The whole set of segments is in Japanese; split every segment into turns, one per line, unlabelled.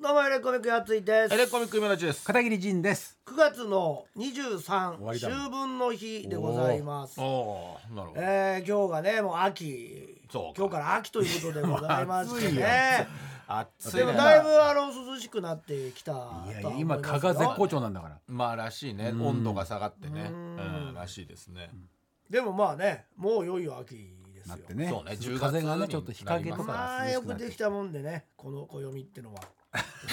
どうもエレコミックやついです
エレコミック今のちです。
片桐仁です。
9月の23
終わりだ
秋分の日でございます
おおー、なるほど。
えー、今日がねもう秋
そうか
今日から秋ということでございまして
もう暑いよ
ね
暑
で
い
も
ね。
だいぶあの涼しくなってきたとはい
やい
思
や
ますよ
今蚊が絶好調なんだから。
まあらしいね。温度が下がってね。
う
うんん、らしいですね。
でもまあねもういよいよ秋です
な
よ
ってね。
そうね10
風がね
月に
ちょっと日陰と
ま
か
あ
涼し
よ
くな
く
っ
でき
て。
たもんでねこの暦ってのは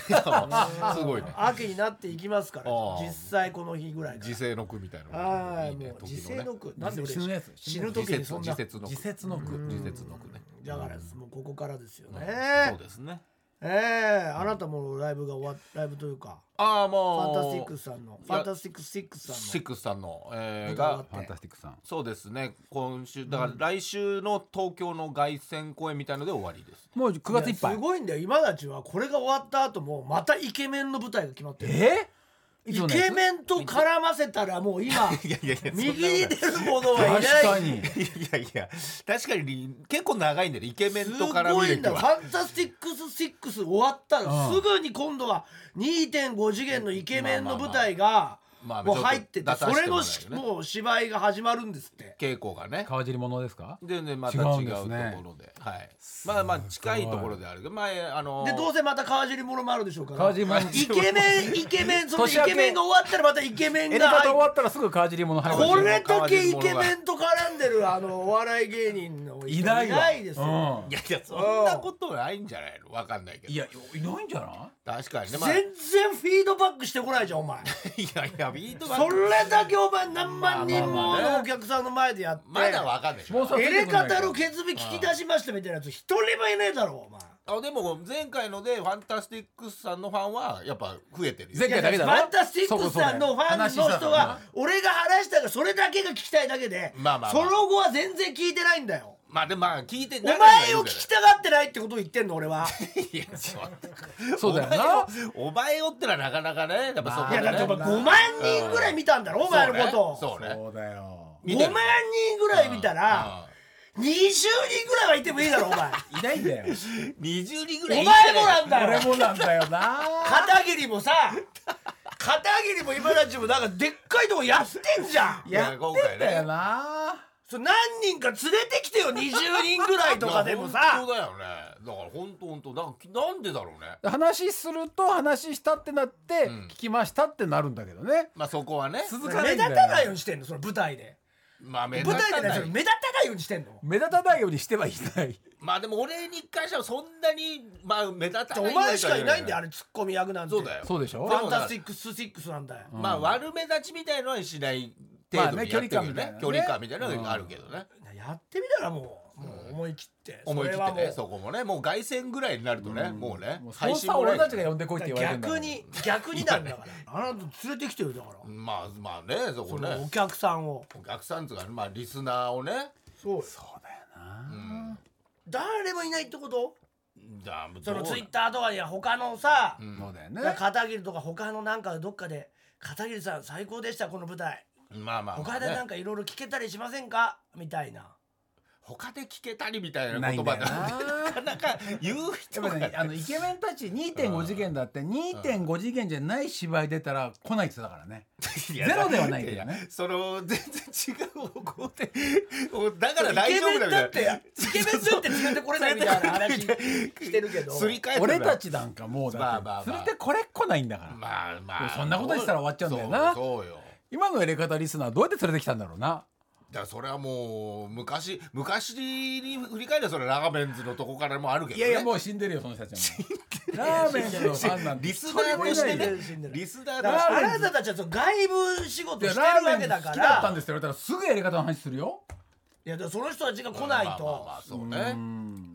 すごいね。
秋になっていきますから
あー
実際この日ぐらいから
時世の句みたいなのが
は
ね。
いもう時世の
句。
句
なんで
俺
死ぬやつ
死ぬ
時
時
のね
にそんな
時節の句。
時節の句
時節の句ね。
だからですもうここからですよね、
そうですね。
ええあなたもライブが終わっライブというか
ああ
ファ
も
ン
う。
タスティックスさんの
い
フ
や
ァンタスティックシックスさ
シ
ん
ッ
の
クスさんの、えー、
歌が
が
ファンタスティックさん。
そうですね今週だから来週の東京の凱旋公演みたいので終わりです、
もう9月いっぱ
や
い
す。ごいんだよ今たちはこれが終わった後もまたイケメンの舞台が決まってる
え
イケメンと絡ませたらもう今
いやいやいや
右に出るものはい
確か
ない
に。
いやいや確かに結構長いんだよねイケメン
す
と絡
ご
み
いん
歴
だよフ
は
ァンタスティックスシックス終わったら
うん
すぐに今度は2.5次元のイケメンの舞台が
まあま
も
あ
う入って
ち
て
ょっと
それの
出させてもらうよね
もう芝居が始まるんですって
稽古がね
川尻ものですか。
でねまた違
違う
う
ん
と
で
ころ
す
で
ね
はいまあまあ近いところであるけど前あの
でどうせまた川尻ものもあるでしょうから
川尻も の
イケメンイケメンそのイ
年明け
ケメンが終わったらまたイケメン
エレ
が
カタ終
入っ
わったらすぐ川尻もの入る。
これだけイケメンと絡んでるあのお笑い芸人の人
いないわ
ないですよ、
うん
いやいやそんなことないんじゃないのわかんないけど
いやいないんじゃな
確かにねまあ
全然フィードバックしてこないじゃんお前
いやいやビートが
それだけお前何万人も
まあまあまあ
の
ね
お客さんの前でやって
まだわかんないでし
い。
ょ
もうさ
エレカタのケツビ聞き出しましたみたいなやつ一人もいねえだろお前
あでも前回のでファンタスティックスさんのファンはやっぱ増えてるよ
前回だけだろ
ファンタスティックスさんのファンの人
そうそうそう
は俺が話したがそれだけが聞きたいだけで、
まあまあまあ
その後は全然聞いてないんだよ
まあでもまあ聞いて
お前を聞きたがってないってことを言ってんの俺 は
いやそう
そうだよな
お前をお前をってのはなかなかねやっぱそこ
い
で
や
ね
だってお前5万人ぐらい見たんだろお前のことを、
そうねそうね
そうだよ。
見
5
て
万
る
人ぐらい見たら20人ぐらいはいてもいいだろお前
いないんだよ。
うん20人ぐ
お
らい
前
い
も
たら
なんだよ
俺もなんだよな。
片桐もさ片桐も今たちもなんかでっかいとこやってんじゃん
いや今回
だよ
ね
な。
それ何人か連れてきてよ20人ぐらいとかでも
いや
さ
本当だよねだから本当本当だからなんでだろうね
話すると話したってなって、
うん
聞きましたってなるんだけどね。
まあそこはね
続かな
目
いんだ
立
よ
たないようにしてんのその舞台で
まあ目
舞
立
台
た
でね
な
それ
い
目立たないようにしてんの
目立たないようにしてはいない。
まあでも俺に関してはそんなにまあ目立たない
お前しかいないんだよあ
れ
れツッコミ役なんて
そうだよ
そうでしょ
ファンタスティックスシックスなんだよ
まあ悪目立ちみたいのはしない程度にやってるよ
ま
ね
あね
距
距
離
離
感
感
み
み
た
た
いな
いなね
のがあるけどね
やってみたらもうもう思い切って
思い切ってね
そ
そこもねもう凱旋ぐらいになるとねもうね
もうそ
配
う
信
さ
もな
俺
い
たちが呼んでこいって
れ
言われ
はも
る
うん
だも
逆
ん
に逆になんだからあなた連れてきてるだから
まあまあねそ
そ
こ
のお
ね
客さんを
お客さんとかまあリスナーをね
そう
そうだよな。
うん
誰もいないってこと
じゃあどう
そのツイッターとかには他のさ
う
そうんだよ
だから
ね。
片桐とか他のなんかどっかで片桐さん最高でしたこの舞台
まあまあま
他
あ
でな
ね
んかいろいろ聞けたりしませんかみたいな
他で聞けたりみたいな
ない
言
んだ
葉
よな。
でなかなか言う人
やっ
が
ぱね、あのイケメンたち2.5次元だって2.5次元じゃない芝居出たら来ないって言ってたからね。
ゼ
ゼロではないけどね
その全然違う方向でおだから
イ
大
ケ
丈
メ
夫
ン
だよ
だ
ね
ってイケメンだって連れてこれないみたいな話してるけど
すり替えて
俺た
ち
ちなんかも
ま
うだ
あま
っ
あ
て
まあ
連れてこれ来ないんだから。
まあまあ
そんなことしたら終わっちゃうんだよな
そうそうよ
今のエレカタリスナーどうやって連れてきたんだろうな。
だからそれはもう昔昔に振り返ればそれラーメンズのとこからもあるけど、ね、
いやいやもう死んでるよその人たちはもう。ラーメンズのファンなんて
リスナーとしてねリスナー
だ
と
か
し
らあなたたちはその外部仕事
い
し
や
て
ラ
る
ー
わ
メ
け
ン好
だか
きだったん
ら
ですって言われたらすぐエレカタの話するよ。
いやだからその人たちが
て
来ない
まあまあま
と
あそうね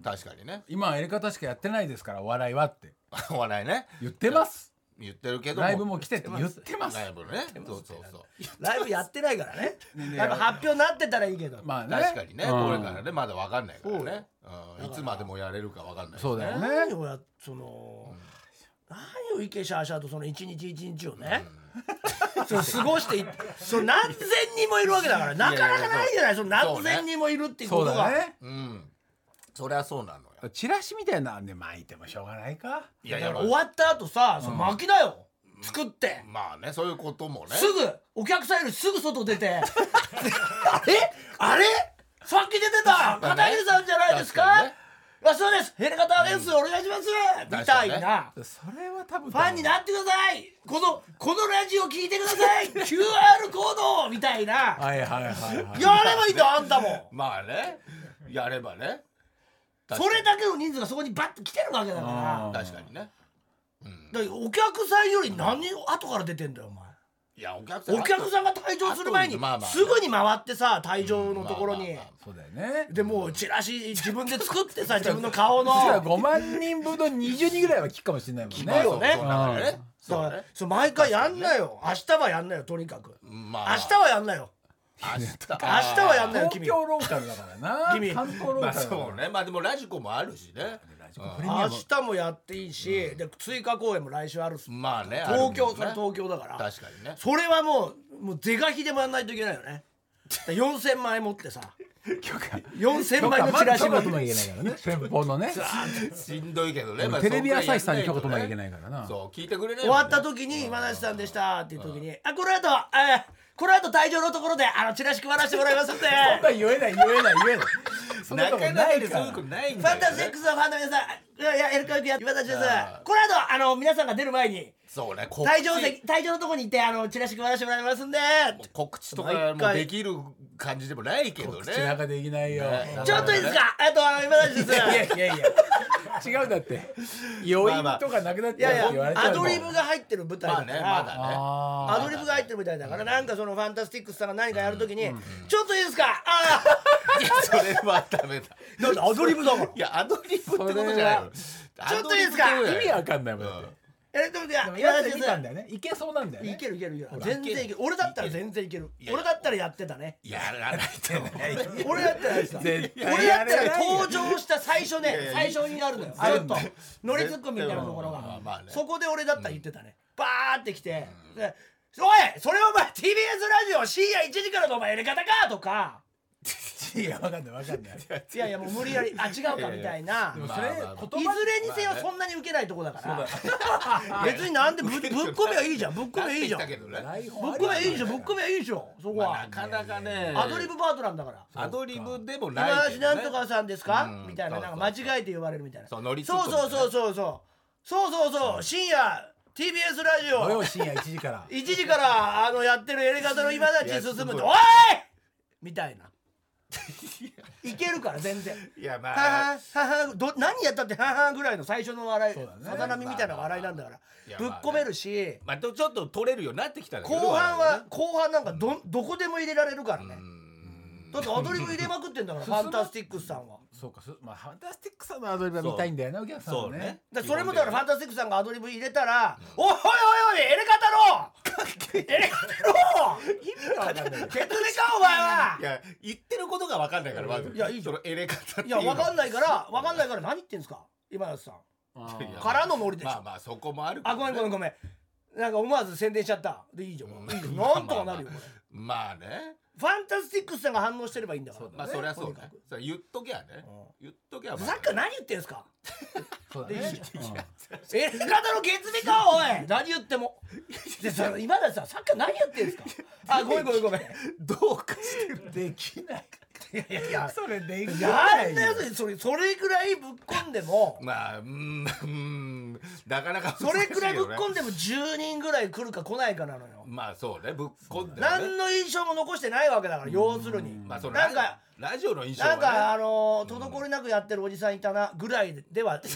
確かにね
今はエレカタしかやってないですからお笑いはって
お笑いね
言ってます。
言ってるけど
ライブも来てって言ってます。
ライブねそうそうそう
ライブやってないから ね
ね
なんか発表になってたらいいけど
まあね。
確かにね
うん
これからねまだわかんないから
そう
ねうんいつまでもやれるかわかんない
そう
ね
だよ
何
ね。
をやその何をイケシャーシャーとその一日一日をね、 その過ごしていその何千人もいるわけだからなかなかないじゃないその
やいやそ
何
う
千人もいるっていうこと
そうだ
が
ね。
うんそりゃそうなのよ
チラシみたいなのね巻いてもしょうがないか
い
だか
やいや
ら終わった後さ、その巻きだよ作って、
まあねそういうこともね
すぐお客さんよりすぐ外 出てあれあれさっき出てた
そうだ
片
ね
桐さんじゃないです
確か
か
にね
あそうですヘレ方です、お願いしますみ
確
た
か
い
にね
な、
それは多分
ファンになってくださいこのこのラジオ聞いてくださ い QR コードみたいな
はいはいはいはい
やればいいんだあんたも
まあねやればね
それだけの人数がそこにバッと来てるわけだから
うん
確かにね
だからお客さんより何後から出てんだよお前
いやお客さん
お客さんが退場する前に
後にまあまあ
すぐに回ってさ退場のところに
まあまあま
そうだよね
でもうチラシ自分で作ってさ自分の顔の
そしたら
だか
5万人分の20人ぐらいは聞くかもしれないもんね
まあそ
ね
うそうだからねそう
ら
ね
そう毎回やんなよ明日はやんなよとにかく明
まあ
日はやんなよ
明日明
明日はやんなよ
東
君
京ローカルだから な
君
関東ローカ
ま
ルだ
あ
から
そうねまあでもラジコもあるしね
ラジコプレミア
明
ム
日もやっていいしで追加公演も来週あるっす
まあね
東
あ
京それ
るもんね
東京だから
確かにね
それはもうもう是が非でもやんないといけないよねだから4000枚持ってさ
許可
4000
許
枚
可
の
ま
チラ
だ
シ持
許
っ
可
て
とも言えないからね 先方のね
しんどいけどねまあ
テレビ朝日さんに許可とも言え
そんく
な
ら
い
いやん
からな
そう聞いてくれない
終
もんね
わった時に今梨さんでしたっていう時にあこの後はえーこの後退場のところであのチラシ配らせてもらいますんで
そんな言えない言えない言えないそんな
な
とこ
かな
な
か
い
ね
か
そうい
ら
うことないん
フ
だ
ァン
よね
タジー X のファンの皆さんいやいやエルカビア岩田です
あー
この後あの皆さんが出る前に
そうね告知
退場席退場のところに行ってあのチラシ配らせてもらいますんで
告知とかもできる感じでもないけどね
口なんかできないよ
ね
ちょっといいですかあとあの今梨です
いやいやいや違うんだって余韻とかなくなっ
い
ちゃうっ
や
て
い
言わ
や
れちゃ
ア
うも
ド
ん
リブが入ってる舞台
まあ
だか
ね
ら
まだね
あー
アドリブが入ってるみたいだからなんかそのファンタスティックスさんが何かやるときにちょっといいですかあ
いやそれはダメだ
あだってアドリブだから
いやアドリブってことじゃないの
ちょっといいですか
アドリブってことじゃな
意
い
味わかんないもんだって
エレクトロニ
で
カ
も
岩
や
田
って
で
み
す
たんだよねいけそうなんだよ
い
ね
けるいけるいける全然いける俺だったら全然いける
いや
俺だったらやってたね
やらないと思う
俺だったらやってた
絶
俺
対
だった
や
ら
らないよ
登場した最初ね最初になるのよちょっと乗りツッコミみたいなところ
まあ
が
まあね
そこで俺だったら言ってたねバーってきてでおいそれお前 TBS ラジオ深夜1時からのお前やり方かとか
いやわかんないわかんないで
いやいやもう無理やりあ違うかみたいな
も
まあ
それ
まあまあ
い
言
ず
葉
れにせよそんなに受けないとこだから 別になんでぶぶっ込めばいいじゃんぶっ込めばいいじゃん
だ
ぶ
け
っ
どね
台本あ
込
り
めば
なんだ
いい
よ
でしょぶっ込めばいいでしょそこ
まあ
は
なかなかね
アドリブパートなんだから
アドリブでも
今
ないけ
話
ど
な
ね
んとかさんですか、
うん
みたいな
そう
な
そ
ん
う
か間違えて言われるみたいな
そう乗りツッ
そ
コ
う
ミ
そうそうそうそうそうそうそう深夜 TBS ラジ
土
オ
曜深夜1時から
1時からあのやってるエレガタの今立ち進む
いやすご
と「
い
おい!」みた いないけるから全然
いや
「は
まあ
はははど何やったって「はは」ぐらいの最初の笑い
そうだね
さざ波みたいな笑いなんだから
いや
ぶっ
まあね
込めるし
まあちょっと取れるようになってきたんだけ
後
ど
半
我々
は
ね
後半なんかどどこでも入れられるからねだってアドリブ入れまくってんだ からフ
進む
ァンタスティックスさんは。
そうか、すまあ、ファンタスティックさんのアドリブは見たいんだよね、お客さん
そ
は
う
ね。
ね
だからそれもだからファンタスティックさんがアドリブ入れたら「おいおいおいおいエレカ太郎エレカ太郎
意味がわかんないよ。
ケツメかお前はい
や言ってることが分かんないからまず
いやいいじゃん
そのエレ方っ」
い
てい
や分かん
な
な
い
いから分かんないから何言ってんすか今田さん
いや
からの森でしょ
まあまあそこもあるけど
あごめんごめんごめんなんか思わず宣伝しちゃったでいいじゃん
うん
いいじゃんなんとかなるよこれ
まあね
ファンタスティックスさんが反応してればいいんだから
まあそりゃそう
とに
ね
かく
それ言っときゃね言っときゃまあ
さっきから何言ってんすか
そうだね。
エレカタの月目かおい何言ってもでその今田さんさっきから何言ってんすかあごめんごめんごめんい
どうかしてる
うんできない。
やいやいや
それでき
や
なんい
な
よ。
やつにそれそれぐらいぶっ込んでも
まあうーんうーんなかなか
それくらいぶっ
ん
込んでも10人ぐらい来るか来ないかなのよ
まあそうねぶっこんでもね
何の印象も残してないわけだから要するに
ま
な
あそ
ん
のラジ
か
ラジオの印象は
なん
ね
かあのー滞りなくやってるおじさんいたなぐらいではも う
い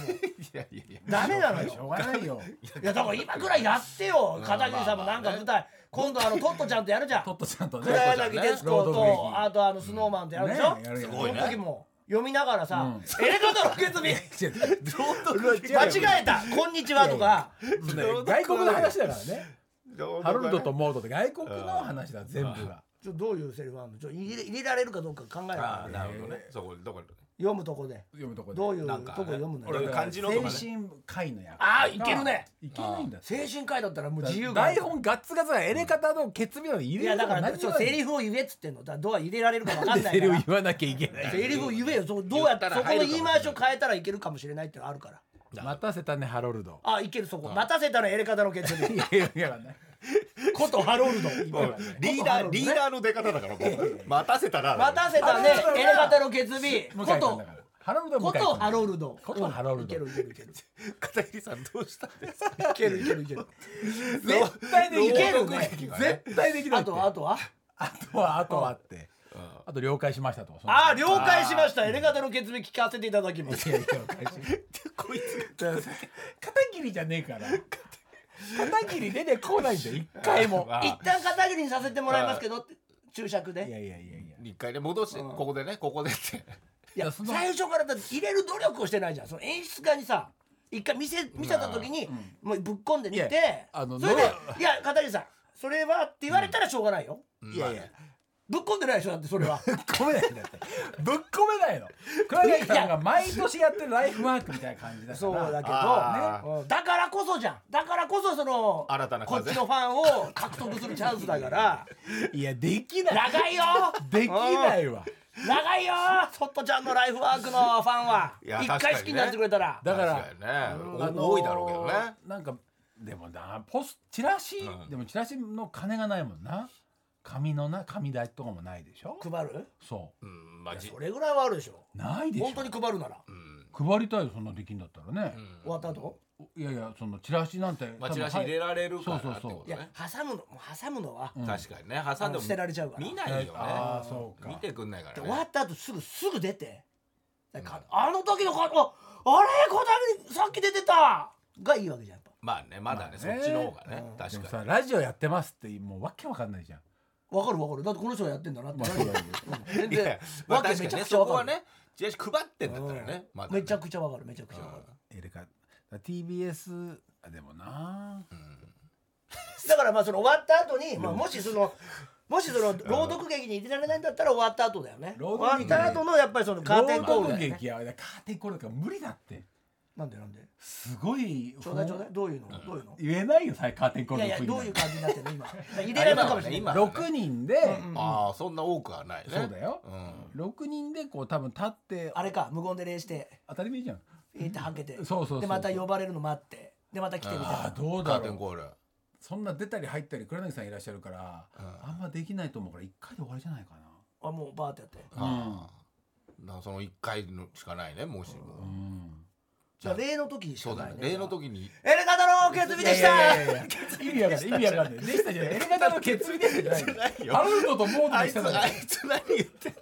やいやいや
ダメなの
しょ
よ
うがないよ。
いやだから今ぐらいやってよ
ん
片桐さんもなんか舞台今度あ のトットちゃんとやるじゃん
トットちゃんとね
黒。柳徹子
朗読劇
とあとあのスノーマンとやるでしょ
ねやるやる
その時も読みながらさ
うん
「エレガタの受け継ぎ」
違う違う
間違えた「こんにちは」とか
外国の話だからね。
どう
ハロルドと
も
モードって外国の話だ、全部が。
ちょどういうセリフあるのちょ入れ入れられるかどうか考えな
あ
が
あ
ら
なるほどねそこどこどこ
読むとこで
読むとこで
どういうと
なんか
こ読むの
俺漢字のとかね
精神科医の役
ああいけるね
いけないんだって
精神科医だったらもう自由があ
台
る
本ガッツガツだエレ方の決意の入
い
れ
や
る
だ
と
か
から何
そ
も
う
ない
セリフを言えっつってんのだからどう入れられるか分かんな
セ
いか
リフ
ら
言わなきゃいけない
セリフを言えよそうどうやっ
言ったら
そこの
入るかもし
言い
れない
回しを変えたらいけるかもしれないっていうのあるから
待たせたねハロルド
あいけるそこ待たせたらエレカタの決意
いやいやね
ことハロルド今
もうリーダーリーダーの出方だからも う待たせたら
待たせたねエレカタの決意こ
向井君だ
と
からハロルド向
こ
井君
とハロルド
ことハロルド
うんいけるいけるいける
片桐さんどうしたんですか
いけるいけるいける
絶対できない
いけるね
絶対できない
あ
って
とあとは
あとはあとはってあと了解しましたとかそんな
あ了解しましたエレガタの決意聞かせていただきます
いや了解し
こいつ
片桐じゃねえから片桐出てこないんだよ一 回も
あ
一旦片桐にさせてもらいますけどって注釈
い
で
やいやいやいや
一回ね戻してここでねここでって
いや
その
最初からだって入れる努力をしてないじゃんその演出家にさ一回見せ見せた時にもうぶっ込んでみ
いや
て
あの
それで
ノ
「いや片桐さんそれは」って言われたらしょうがないよ
いやいや
ぶっ込んでないでしょだってそれは
ぶっ込めないんだってぶっ込めないの黒柳さんが毎年やってるライフワークみたいな感じだから
そうだけ
あ
どねうんだからこそじゃんだからこそその
新たな
こっ
風
ちのファンを獲得するチャンスだから
いやでき ない
長いよ
できないわ
長いよそっとちゃんのライフワークのファンはい
や
一
確か
回
にね
好きになってくれたら
だから
確かにね
あのー
お多いだろうけどね
なんかでもなポスチラシ、
うん
でもチラシの金がないもんな紙のな紙代とかもないでしょ
配る
そ
うんまあ
いや
じ
それぐらいはあるでしょ
うないでしょ
本当に配るなら
うん
配りたいよそんなできんだったらね、
終わった後
いやいやそのチラシなんて
まあ
多分
チラシ入れられるから
そう
って
そうそう
こと
いや
ね
挟むのもう挟むのは、
ん
確かにね挟んでも
捨てられちゃうから
見ないよね
あーそうか
見てくんないか
で
ら
終わ
ね
った後すぐすぐ出てだからあの時のかああれ小田切さっき出てたがいいわけじゃんやっ
まあねまだねそ
まあ
っ
ね
ちの方がね
うん
で
確
も
か
さ
に
ラジオやってますってもうわけわかんないじゃん
ぱわかるわかるだってこの人がやってんだなって、
まあ そうだけど
全
いや
然
まあ
わけ
確か
め
に
ちゃ
ね
くちゃ
そこ
わか
は
る、
ねチラシ配ってんだったらねまだね
めちゃくちゃわかるめちゃくちゃわかる
エレカだから TBS あでもな
だからまあその終わった後に、まあ、もしそのもしその朗読劇に入れられないんだったら終わった後だよね
朗
終
読
わ
劇
った後のやっぱりそのカーテンコール
朗
だ
読
よね
劇やカーテンコールだから無理だって
なんでなんです
ごい
ちょうだいちょうだいどういうの、どういうの
言えないよさカーテンコー
い
ル
や
の
いや
国
どう
ないん
う
て
感じになってるの今入れられたかもしれない
今はね
6人で
ああそんな多くはないね
そうだよ
うん
6人でこう多分立って
あれか無言で礼して
当たり前じゃん
ピーってはけて
そうそうそう
でまた呼ばれるの待ってでまた来てみたい
あ
な
どう
カ
だ
ーテ
ろ
ン
う
コール
そんな出たり入ったり黒柳さんいらっしゃるからあんまできないと思うから1回で終わりじゃないか
あもうバーってやって
ああなその一回のしかないねもしも
なうん
じゃあ礼の時し
そ
か
うだ
ない
ね
ね
例の時に
エレガタの決意でした
いやいやいやいや意味わかんない意味わかんないでしたじゃないエレガタの決意でしたじゃないよハロルドとモード
あ
で
い
し
つ
たの
あいつ何言ってんだ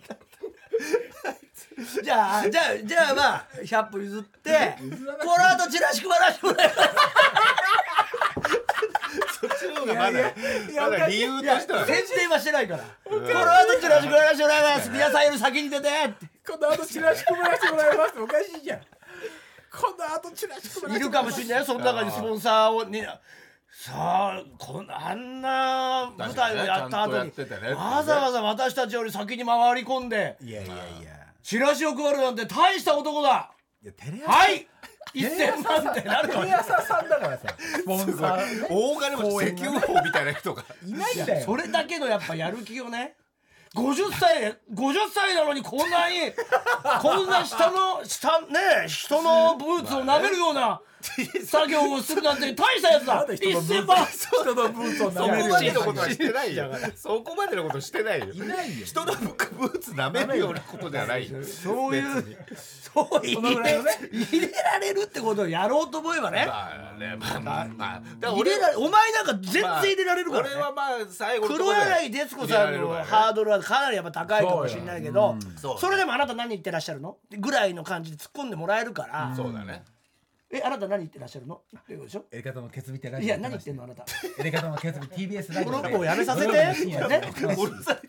じゃあじゃあじゃあまあ100歩譲って
譲らな
こ
くていい
の後チラシ配らせてもらいます
そっちの方がまだまだ理由としてはね
全然今してないからこの後チラシ配らせてもらいます皆さんより先に出てって
この後チラシ配らせてもらいますっておかしいじゃんこの後チラ
い
シ配らせ
る
てもら
か
いま
も
す
しれないよその中にスポンサーをねさあこんあんな舞台をやった
確か
後
にね
に
ちゃんとやっててね
わざわざ私たちより先に回り込んで
いやいやいや
チラシを配るなんて大した男だ
いやテレ朝
はい1000万ってなるかも
テレ朝さんだからさスポンサーね
大金持ち石油王みたいな人が
いないんだ
そ
よ
れだけのやっぱやる気をね50歳50歳なのにこんなにこんな下の下ね人のブーツを舐めるような作業をするなんて大したやつ
ま
だ
だ人のブ
1000万
ーツ人のブーツを
そ
舐
こ
める
までの
よ
ことはしてないよそこまでのことしてないよ
うないないよ
人のブーツ舐めるようなことではないよ
そういうそう入
のぐらい
れ
のね
入れられるってことをやろうと思えばね
まあねまあまあまあだから
入れられお前なんか全然入れられるから、ね
俺はまあ最後のと
黒
こで
柳徹子さんのハードルはかなりやっぱ高いかもしれないけど
そうよ
それでもあなた何言ってらっしゃるのぐらいの感じで突っ込んでもらえるから
そうだね
えあなた何言ってらっしゃるのっていうことでしょ
エレガタの決備ってラジオ
いや何言ってんのあなた
エレガタの決備 TBS ラジ
こ
オ
の子をやめさせて、ね、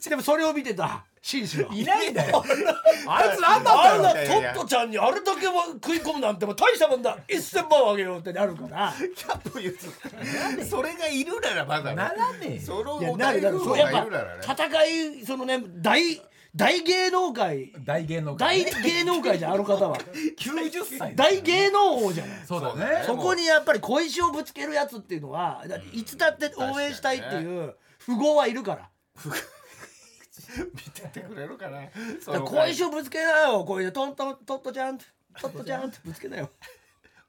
でもそれを見てた紳士はい
ないんだよ
あいつなんだったんだ
いやい
ト
やいや
ットちゃんにあれだけは食い込むなんてもう大したもんだ1000万あげようってなるから
キャップ言ってそれがいるならまだね
ならねえよ
その
いや
お
なる
題
な
ル
る
ー
そう
ル
やっ
がいるならね
ぱ戦いそのね大大芸能界
大芸能
大
界ね
芸能界じゃんあの方は
90歳
大芸能王じゃない
そうだ
そうだね
ね
そこにやっぱり小石をぶつけるやつっていうのはだっていつだって応援したいっていう富豪はいるから
見ててくれるかなそ
だから
の
小石をぶつけなよ小石トントントットちゃんトットちゃんってぶつけなよ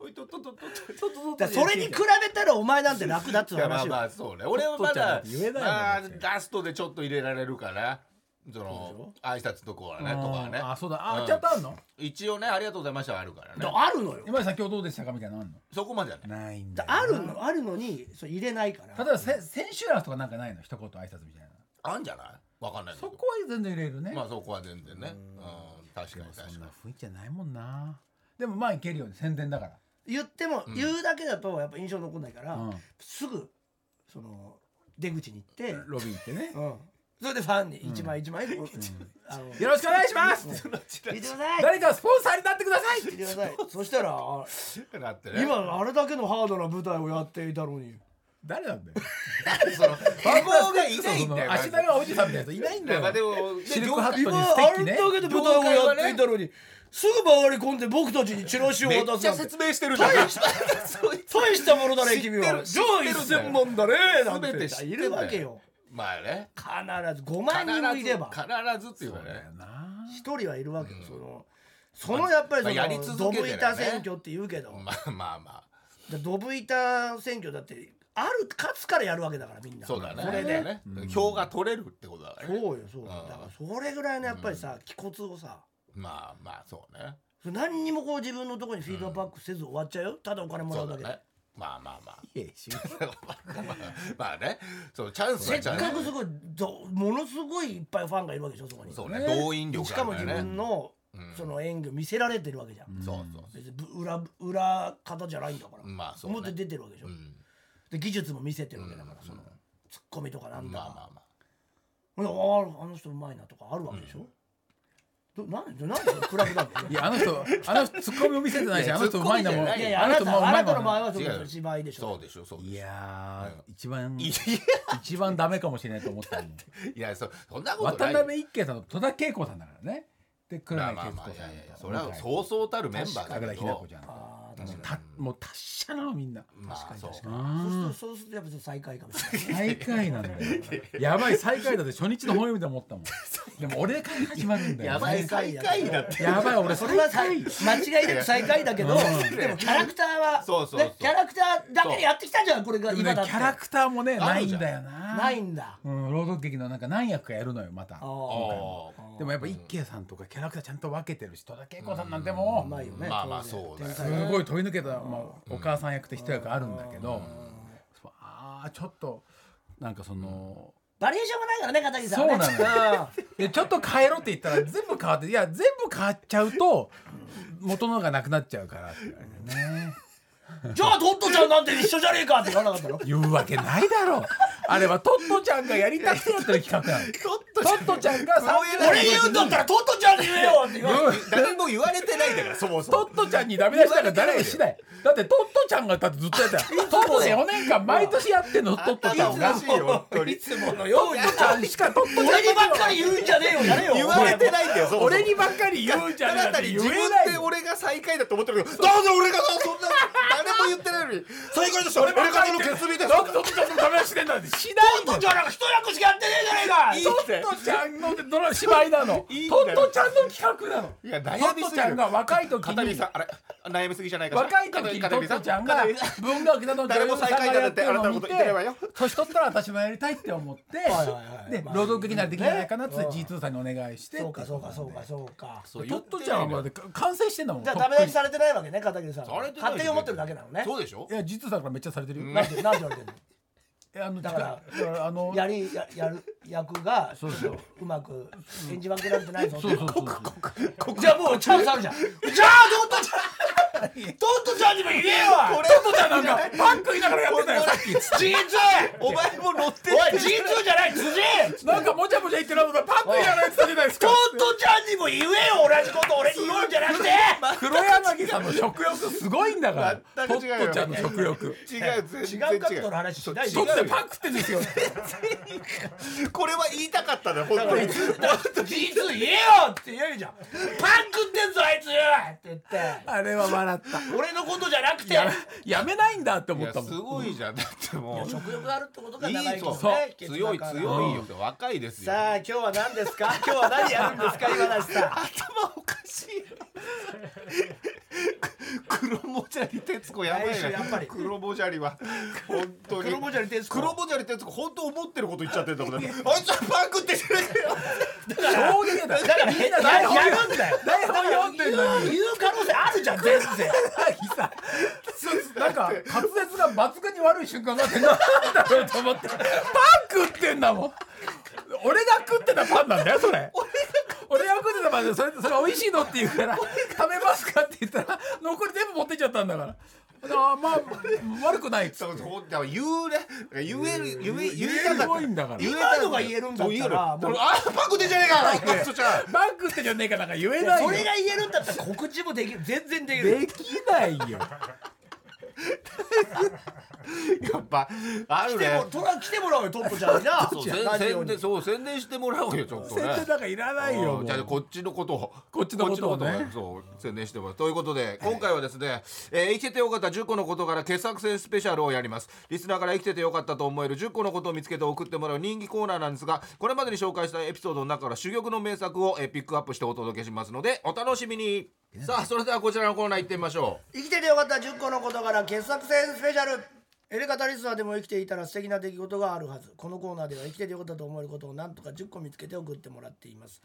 おいとっとっとっとっと
だからそれに比べたらお前なんて楽だっつう
いやまあ
話よ
まあそうね俺はまだ
ちょっとじゃなくて言えないもん
まあ
だって
ラストでちょっと入れられるからその挨拶とこはねとかはね
あそうだあ、
うん
ちゃんとあんの
一応ねありがとうございましたはあるからね
だからあるのよ
今井さん今日どうでしたかみたいなのあんの
そこまではね
ないんだ
だ
よな
あるのあるのにそれ入れないから
例えばせ選手欄とかなんかないの一言挨拶みたいな
あんじゃないわかんないけ
そ
ど
こは全然入れるね、
まあそこは全然ねうん確かに
そ
確
ん
か
な
に
雰囲気じゃないもんなでもまあいけるよね宣伝だから
言っても、
ん
言うだけだとやっぱ印象残んないから、
うん
すぐその出口に行って、うん
ロビー行ってね
それでファンに一枚一枚、こうあの見て
よろしくお願いします
ください
誰かスポンサーになってください
見てくださいそしたらあ
だってね
今あれだけのハードな舞台をやっていたのに
誰なんだよ
その馬房がいないん だよ
足長おじさんみたいな人いないんだよ
まあでもね
シルクハットに
今
ステ
あ
ッキ
れだけ
ね
の舞台をやっていたのに、すぐ回り込んで僕たちにチラシを
めっ
渡す
ち
な
ゃ
んて
説明してるじゃん
大した大したものだね君は
知
上
って
位
る知ってる
専門だねなんて
全て知ってんだ
い
よ
るわけよ
まあね
必ず5万人もいれば
必ずっていうか
だ
ね
よな
一人はいるわけよ、そのそのやっぱりその、
まあやり続
ド
けて
ブ
りゃね
板選挙って言うけど、
まあまあま
だドブ板選挙だってある勝つからやるわけだからみん
あ
な
そうだね
これで、
ね票が取れるってことだから
そう
ね
よそうよだからそれぐらいのやっぱりさ気骨をさ
まあまあそうね
何にもこう自分のところにフィードバックせず終わっちゃうよただお金もら
そうう
だ
だ
け
ねまあまあまあ
いや仕事
まあねそうチャンス
せ
は
っ
チャ
か
ン
く
ス
すごいどものすごいいっぱいファンがいるわけでしょそこに
そうね
ね
動員力
しかも
ある
自
んだよ
分
ね
の
うん
その演技を見せられてるわけじゃん、
そうそうそ
別にぶ裏裏方じゃないんだから、
うまあそうね
表出てるわけでしょ、
うん
で技術も見せてるわけだから、そのツッコミとかなんだ
まあ
か、
まあまあ
ほんであああの人うまいなとかあるわけでしょ、どなんでなんでそれ暗くなるの
いやあの人あの人ツッコミを見せてないし
いや
あの人うまいんだもん
ツッコミじゃ ない
いやいやあな
人
たあなたの
も
場合
ん
はそ
違う
の芝居でしょ
そうでしょそうで
い
し
やー一番
ょい
一番ダメかもしれないと思ったの
いやそそんなこと
渡
ないよ
辺一慶さんと戸田恵子さんだからねで黒
まあ
柳
まあま
徹子
あい
さ
や
ん
いやいや
と
それはそうそうたるメンバーだ
神
け
楽日奈子
ど
ちゃんと
あー確かに
たもう達者なのみんな
まあそ
そ
う
うすると
あ
そうするとやっぱちょっと最下位かもしれない
最下位なん だよやばい最下位だって初日の本読みだと思ったもん でも俺から始まるんだよ
やばい最下位だって
やばい俺
そ
そ
れ
れ
は
は
さ
最
間違いなく最下位だけど
うん
でもキャラクターは
そうそうそう
ねキャラクターだけでやってきたじゃんこれが
でも
今
ね
だって
キャラクターもね
あ
な
る
いん
じゃん
だよな
ないんだ
うん朗読劇のなんか何役かやるのよまた
あ
あ
ー
ー
でもやっぱ一慶さんとかキャラクターちゃんと分けてるし戸田恵子さんなんても
う
う
まいよね
まあまあ
当然
そうだよ
天才
すごい飛び抜けた、まあ、お母さん役と一役あるんだけど、そうああちょっとなんかその、
バリエーションがないからね片桐さんはね
そうないやちょっと変えろって言ったら全部変わっていや全部変わっちゃうと元のがなくなっちゃうからって言われてね
うんじゃあトットちゃんなんて一緒じゃねえかって言わなかった の
言うわけないだろうあれはトットちゃんがやりたくてやってる企画なのトットちゃんが
俺言うんだったらトットちゃんに言えよって言われ
うん
誰も言われてないんだからそもそも
トットちゃんにダメ出したら誰もしないだってトットちゃんがだってずっとやってたトットで4年間毎年やってんのトットちゃんが
いつも本当に
いつものように
トットちゃんしかトットちゃん
俺にばっかり言うんじゃねえよやれよ
言われてないんだよそもそも
俺にばっかり言うんじゃ
あ
ねえ
なたに自分で俺が最下位だと思ってるけどなんで俺がそんな誰も言ってないのに最下位でしょ俺からの決意です
なんでトットちゃんのダメ出ししてんだってしな
トットちゃんなんか一役しかやってねえじゃねえか
いトットちゃんのドラ芝居なの
いいん
ト
だよ
ットちゃんの企画なの
いや
ト
悩み
ット
す
ち
ぎ
ゃん
る
が若い時
片桐
に
さんあれ悩みすぎじゃないかな
若い時に
片
ト
桐
ッ
さ
トちゃんが
片桐さ
文学などの女優さんがやってるのを見
誰も最下位
て
だなんてあなたのこと言ってればよ
年取ったら私もやりたいって思って
はいはい
で
まあ
朗読劇ならできないかなっつって
ね
G2 さんにお願いして
そうかそうかそうかそうか
そう
トットちゃんはまだ完成してんだもん
じゃあ
とっ
ダ
くに
メ出しされてないわけね片桐さん
さ
は
れてない
勝手に思ってるだけなのね
そうでしょ
いや G2 さんからめっちゃされてるよ
なんてなんて言われてんの
えあの
だから
だからあの
やりややる役がちょっとうまく演じ分けられてないぞって
そうそうそうそう
じゃあもうチャンスあるじゃんじゃあトットちゃんトットちゃんにも言えよ
俺
トットちゃんなんかパン食いながらやってたよさっき
じいつ
お前も乗って
おいじいつじゃない辻
なんかもちゃもちゃ言ってるのパン食いながらやってたじゃないです
ト
か
ットちゃんにも言えよ同じこと俺に言うんじゃなくて
黒柳さんの食欲すごいんだから
全
ポ
く違うよ
ットちゃんの食欲
違う全然
違うカットの話しないで
取ってパクってですよ
これは言いたかったね本当に
いつ言えよって言えるじゃんパン食ってんぞあいつって言って
あれは笑った
俺のことじゃなくて
ややめないんだって思ったもん
ごいじゃんだっても
食欲があるってことが
いい
長生き
そ
の
う
ね決
強
断
い
から
強いよ若いですよ
さあ今日は何ですか 今日は何やるんですか今梨さん
頭おかしい黒モジャリ徹子やばい
来週
な
やっぱり
黒モジャリは本当に
黒モジャリ徹子
黒モジャリ徹子本当思ってること言っちゃってるってことだあいつはパンクってしてる
衝撃だ
だからみんな台本やるんだよ
台本読んでんの
言う可能性あるじゃん 全然
さなんか滑舌が抜群に悪い瞬間があってなんだろうと思ってパン食ってんだもん俺が食ってたパンなんだよそれ俺が食ってたパンでそれそれ美味しいのって言うから食べますかって言ったら残り全部持ってっちゃったんだからあーまあ悪くないっつ
そ
っ
う
て
そうだから言うね言える言え言えた
す
かっ
ご
た
いんだから
言え
今
た
のが言えるんだったら
そう言えるあパンクってじゃねえかクソじゃん
パン食ってんじゃねえかなんか言えないよ
それが言えるんだったら告知もできる全然できる
できないよ
やっぱある
来て
ね
もトラ来てもらおうよトップちゃんにな
そう宣
ラジオ
宣
に
伝そう宣伝してもらおうよちょっと
宣
ね
伝なんかいらないよもう
じゃあこっちのことを
こっちのことをね
そう宣伝してますということで今回はですね、えー生きててよかった10個のことから傑作選スペシャルをやりますリスナーから生きててよかったと思える10個のことを見つけて送ってもらう人気コーナーなんですがこれまでに紹介したエピソードの中から珠玉の名作を、えーピックアップしてお届けしますのでお楽しみにさあそれではこちらのコーナー行ってみましょ
生きててよかった10個のことから傑作選スペシャルエレカタリスナーでも生きていたら素敵な出来事があるはずこのコーナーでは生きててよかったと思えることを何とか10個見つけて送ってもらっています、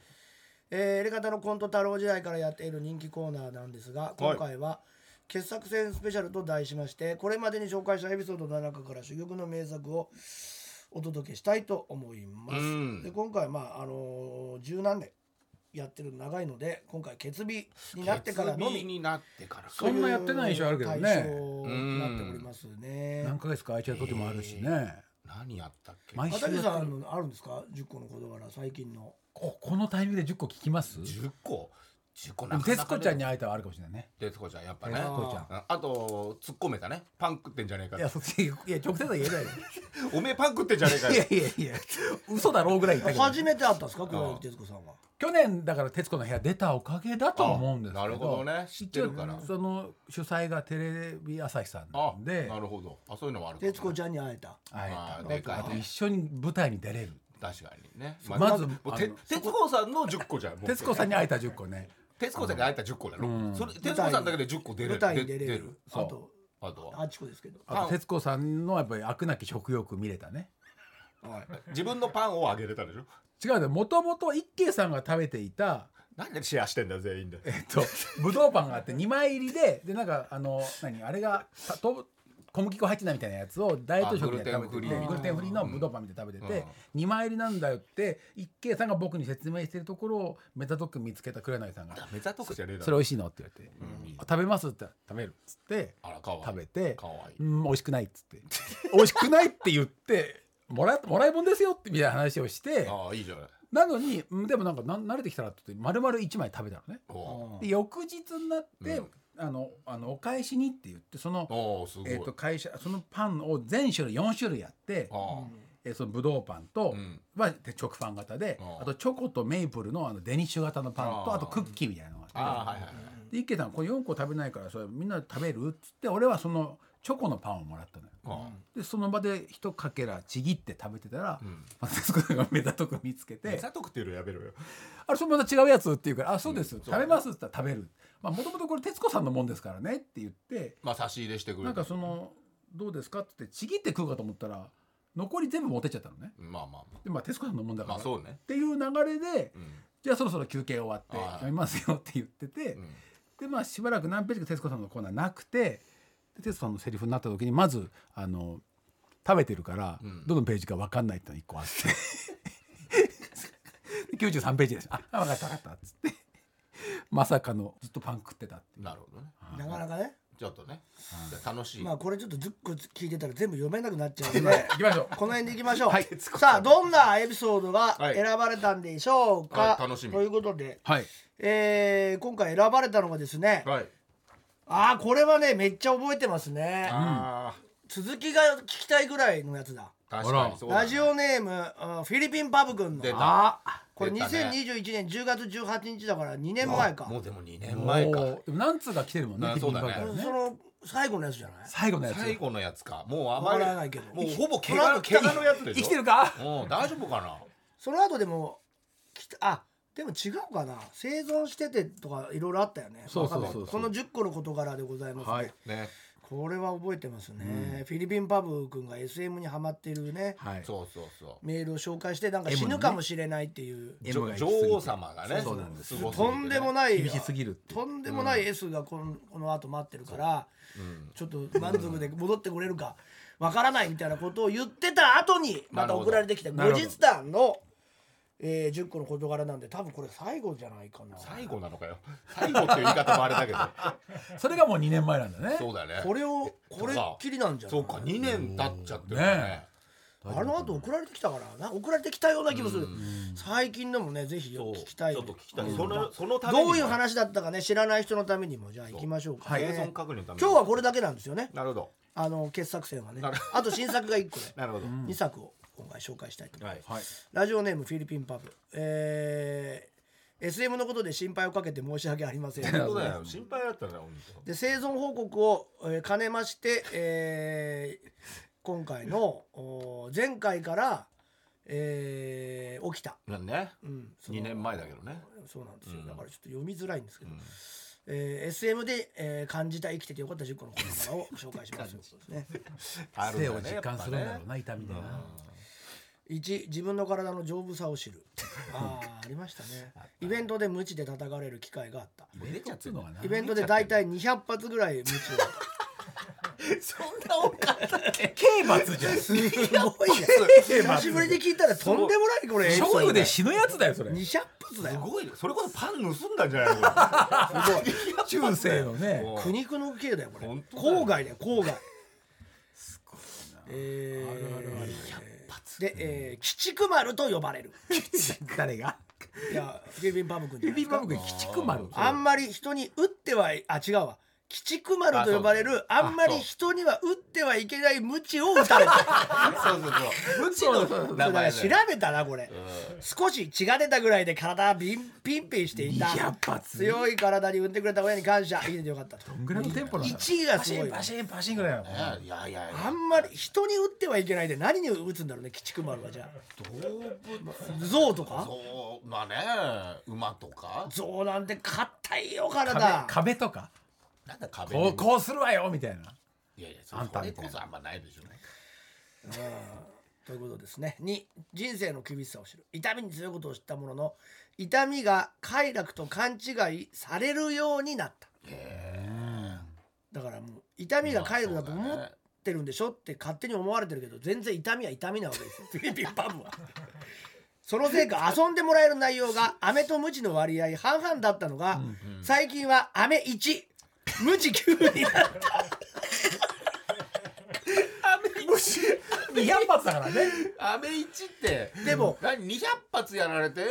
えーエレカタのコント太郎時代からやっている人気コーナーなんですが今回は傑作選スペシャルと題しましてこれまでに紹介したエピソードの中から珠玉の名作をお届けしたいと思います、
うん
で今回まああのー十何年やってる長いので今回決日に
う
なってからの
決
み
意になってから
そんなやってない印象あるけどね
対象になっておりますね。
何ヶ月か空いちゃう時もあるしね、
何やったっけ
毎週
渡
や
さん
っ
あ
てる
のあるんですか10個の事柄最近の
ここのタイミングで10個聞きます
10個10個
で
な
も
かなか
徹
だ
子ちゃんに会えたはあるかもしれないね
徹子ちゃんやっぱ
徹
ね
子ちゃん
うんあと突っ込めたねパン食ってんじゃねえか
いや、そっち、いや、直接は言えないよ。
おめえパン食ってんじゃねえか
い
よ
やいやいや、嘘だろうぐらい言ったけ
初
ど。
めて会ったんですか黒柳徹子さんは。
去年、だから、徹子の部屋出たおかげだと思うんですけど。
あなるほどね知ってるから
一応その主催がテレビ朝日さんな
あ
んで
な。るほどあそういうのもあるかもね
徹子ちゃんに会えた。
会え
あー
たの
でかいね
あと一緒に舞台に出れる。
確かにね
まず
もう
あ
て
の
徹子さんの10個じゃんもう
徹子さんに会えた10個ね。
徹子さんに会えた10個だろそれ徹子さんだけで10個出れる
舞台に出れ
で
る。
そ
あ
う
と
あとは
8個ですけど。
あと徹子さんのやっぱり飽くなき食欲見れたね。
自分のパンをあげれたでしょ
違うんだよ。もともと一慶さんが食べていた。
なんでシェアしてんだよ全員で
えっと、 ぶどうパンがあって2枚入りででなんかあの何あれがたと小麦粉入ってないみたいなやつをダイエット食で
あ
食
グ
べ
ルテンフリ
て
ーみ
て
たいな
グルテンフリーのぶどうパンみたいなの食べてて、2枚入りなんだよって一慶さんが僕に説明してるところをメタドック見つけた黒柳さんが
目ざとくじゃねえ
「
だ
それ
ろ
美味しいの?」って言われて「あ食べます?」って「食べる」っつって
あらかわいい
食べて
かわいい
うん、美味しくないっつって「美味しくない」って言って「もらもらいもんですよ」ってみたいな話をして
ああいいじゃない
なのにうんでもなんかな慣れてきたらって言って丸々1枚食べたのね。
お
で翌日になって、
うん
あのあのお返しにって言ってその、
おすごい
えー、と会社そのパンを全種類4種類やって、
あ
えーそのぶどうパンと、
うん
はで直パン型で、
ああ
あとチョコとメイプルのあのデニッシュ型のパンと
ああ
あとクッキーみたいなのが
あ
あっ
ああはいはいはい
てで一慶さんこれ4個食べないからそれみんな食べるっつって俺はそのチョコのパンをもらったのよ。
あ
でその場で一かけらちぎって食べてたら、
ん
またそこが目立とく見つけ
あ
て
目ざとくっていうのやめろよ
あれそれまた違うやつって言うから「あそうです、
うん
食べます」って言ったら食べるまあもともとこれ徹子さんのもんですからねって言って
まあ差し入れしてくれ
なん
た
かその「どうですか?」って言ってちぎって食うかと思ったら残り全部持ってっちゃったのね
まあまあま
でまあ徹子さんのもんだ
あ
か
ま
ら、
あそうね
っていう流れで、
うん
じゃあそろそろ休憩終わって
はい
やめますよって言ってて、
うん
でまあしばらく何ページか徹子さんのコーナーなくてで徹子さんのセリフになった時にまずあの食べてるから、
ん
どのページか分かんないってのが1個あって で93ページですあ分かった分かったっつってまさかのずっとパン食ってたって
なるほどね
なかなかね。
じちょっとね、楽しい、
まあこれちょっと10個聞いてたら全部読めなくなっちゃうんで
行きましょう
この辺でいきましょう、
はい
さあどんなエピソードが
はい
選ばれたんでしょうか、
はい楽しみ
ということで、
はい
えー今回選ばれたのがですね、
はい、
ああこれはねめっちゃ覚えてますね
あ
続きが聞きたいぐらいのやつだ
あ確かにそうだ
ラジオネームあーフィリピンパブ君
出
の
た
あ
これ
出たね
2021年10月18日だから2年前か
もうでも2年前
お
か
ーでも何通か来てるもんね
あ
テレ
そ
ビ
うだね
番組から
その最後のやつじゃない
最後のやつ
最後のやつかもうあ
わ
ま
か
り
らないけど
もうほぼ怪
なん
我
か
怪我のやつでしょ
生きてるか
うん大丈夫かな
その後でもきたあでも違うかな生存しててとかいろいろあったよね
そうそうそうそう
わかんないこの10個の事柄でございますね、
はい
ね
これは覚えてますね、フィリピンパブ君が SM にハマってるね
はい
そうそうそ
メールを紹介してなんか
M
死
にね
ぬかもしれないっていう、
う
M が
女
行き過ぎて
女王様がね
そうなんです
ごすぎて
と
ね
んでもない
厳しすぎるって
とんでもない S がこのこの後待ってるから、ちょっと満足で戻ってくれるかわからないみたいなことを言ってた後にま
なる
た
ほど
送られてきた
なる
後
ほど
日談の、えー10個の事柄なんで多分これ最後じゃないかな
最後なのかよ最後っていう言い方もあれだけど
それがもう2年前なんだね
そうだね
これをこれっきりなんじゃな
そ
いう
か2年経っちゃってる
ね
ね
あの後送られてきたからな送られてきたような気もする最近でもねぜひ
そう
聞きたい
ちょっと聞きたいそのそのために
どういう話だったかね知らない人のためにもじゃあ行きましょうかね
生存確認のために
今日はこれだけなんですよね
なるほど
あの傑作選はね
なる
あと新作が1個で
なるほど、
2作を今回紹介したいと思います
はい、
はい
ラジオネームフィリピンパブ、えー SM のことで心配をかけて申し訳ありませ ん
本当だよ心配だったね本
で生存報告を、えー兼ねまして、えー今回のおー前回から、えー起きた、
当なんね
うん、その
2年前だけどね
そうなんですよ、だからちょっと読みづらいんですけど、えー SM で、えー感じた生きててよかった10個の言葉を紹介し ます、ね、
あ
性を実
やっぱ
感するんだろうな痛みでな
1自分の体の丈夫さを知るああありましたねイベントで無知で叩かれる機会があった
出ちゃってるのかな
イベントで大体200発ぐらい無知を
そんな多かった
刑罰じゃん
すごいね久しぶりに聞いたらとんでもないこれ
ショックで死ぬやつだよそれ
200発だ
す
よ
ごいねそれこそパン盗んだんじゃないのこ
中世のね
れ
苦肉の刑だよこれ
本当だよ
郊外だよ郊外えーで、えー、鬼畜丸と呼ばれる。
誰が
いや、フィリピンパブ君じゃな
ビ
いで
ビ
す
バ
か
ブ。君鬼畜丸
あんまり人に打ってはあ違うわ鬼畜丸と呼ばれるあんまり人には打ってはいけない無知を打たれた
そうそうそう無知
だ
の 名
から
前
調
だよ
べたなこれ少し血が出たぐらいで体はビンピンピンしていた
200発
強い体に産んでくれた親に感謝いいでよかったと
どんぐらいのテンポなんだ
1位がすごいわ
パシンパシンぐらいの
いやいやいや
あんまり人に打ってはいけないで何に打つんだろうね鬼畜丸はじゃ
動物
あ象とか
そうまあね馬とか
象なんて硬いよ体
壁壁とか
なんだ壁
こ
に
うこうするわよみたいない
やいやそ
あんた
れ
みたい
こ
な
そあんまないでしょ
ということですね2人生の厳しさを知る痛みに強いことを知ったものの痛みが快楽と勘違いされるようになっただからもう痛みが快楽だと思ってるんでしょって勝手に思われてるけど全然痛みは痛みなわけですよフィリピンパブはそのせいか遊んでもらえる内容が飴とムチの割合半々だったのが、最近は飴1ムチ9になった
虫200発だからね
アメ一って
でも
何200発やられて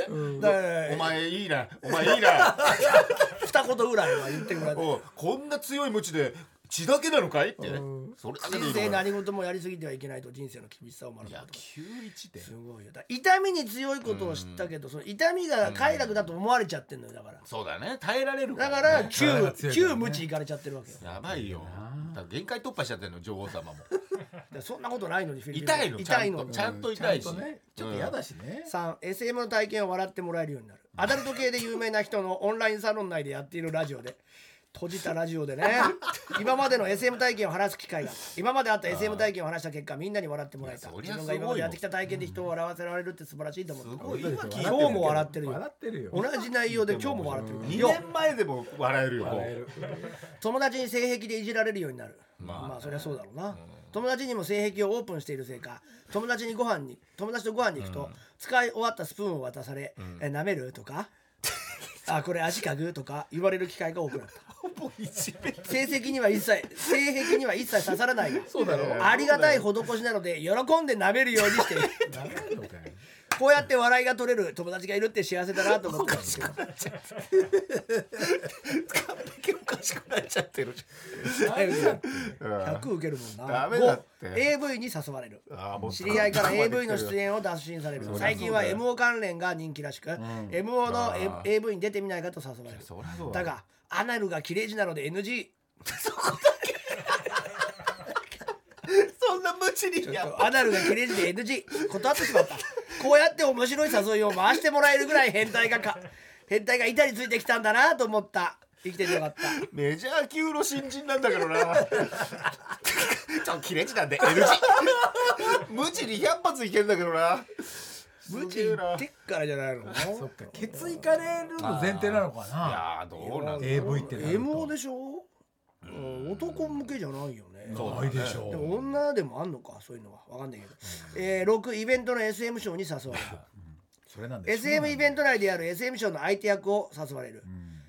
だから
お前いいなお前いいな
二言ぐらいは言ってくれて
おうこんな強いムチで血だけなのかいってそれだけでい
人
い
生
のか
何事もやりすぎてはいけないと人生の厳しさを学ぶ
い
こ
や
と
91って
すごいよだ痛みに強いことを知ったけど、その痛みが快楽だと思われちゃってるのよだから、
そうだね耐えられる
だか
ね
ら
体が強いから
9
ね
九無知いかれちゃってるわけよだか
やばいよだから限界突破しちゃってるの女王 様も
らそんなことないのにフィリピン
痛いの
痛いの
ちゃんと痛いし
ちゃんとねちょっと嫌だしね
3SM の体験を笑ってもらえるようになるアダルト系で有名な人のオンラインサロン内でやっているラジオで閉じたラジオ でね今までの SM 体験を話す機会が今まであった SM 体験を話した結果みんなに笑ってもらえた
いやそりゃ
自分が今ます
ごい
で
よ
やってきた体験で人を笑わせられるって素晴らしいと思った
すごい今聞いてるけど
今日も笑ってるよ
笑ってるよ
同じ内容で今日も笑ってるから
2年前でも笑えるよ
友達に性癖でいじられるようになるま
ま
あ、
あ
そりゃそうだろうな、友達にも性癖をオープンしているせいか友達にご飯に友達とご飯に行くと、使い終わったスプーンを渡され「え舐める?」とか「あこれ足かぐ?」とか言われる機会が多くなった
ポ一面
性癖には一切性癖には一切刺さらないが
そうだろ
ありがたい施しなので喜んで舐めるようにしている
ならんのかよ
こうやって笑いが取れる友達がいるって幸せだなと思ってます
完璧おかしくなっちゃってるじ
100受けるもんな
ダメだって
5 AV に誘われる
ゃんあーもう
知り合いから AV の出
演
演を脱信される最近は MO 関連が人気らしく、MO の A- AV に出てみないかと誘われる
そりゃそう
だ
だ
がアナルが切れ字なので NG
そんな無知にや
アナルが切れ字で NG 断ってしまったこうやって面白い誘いを回してもらえるぐらい変態がか変態が板についてきたんだなと思った生きててよかった
メジャー級の新人なんだけどなちょっと切れ字なん で NG 無知に100発いけんだけどな
無知
げ
言
えな
ってっからじゃないの
そっかケツいかれるの前提なのか
い
な
やーどうなんだ
AV ってなると
MO でしょ、うん、男向けじゃないよね
ないでしょ
でも女でもあんのかそういうのは分かんないけど、えー、6イベントの SM ショーに 誘われる
それなんでしょ
SM イベント内である SM ショーの相手役を誘われる、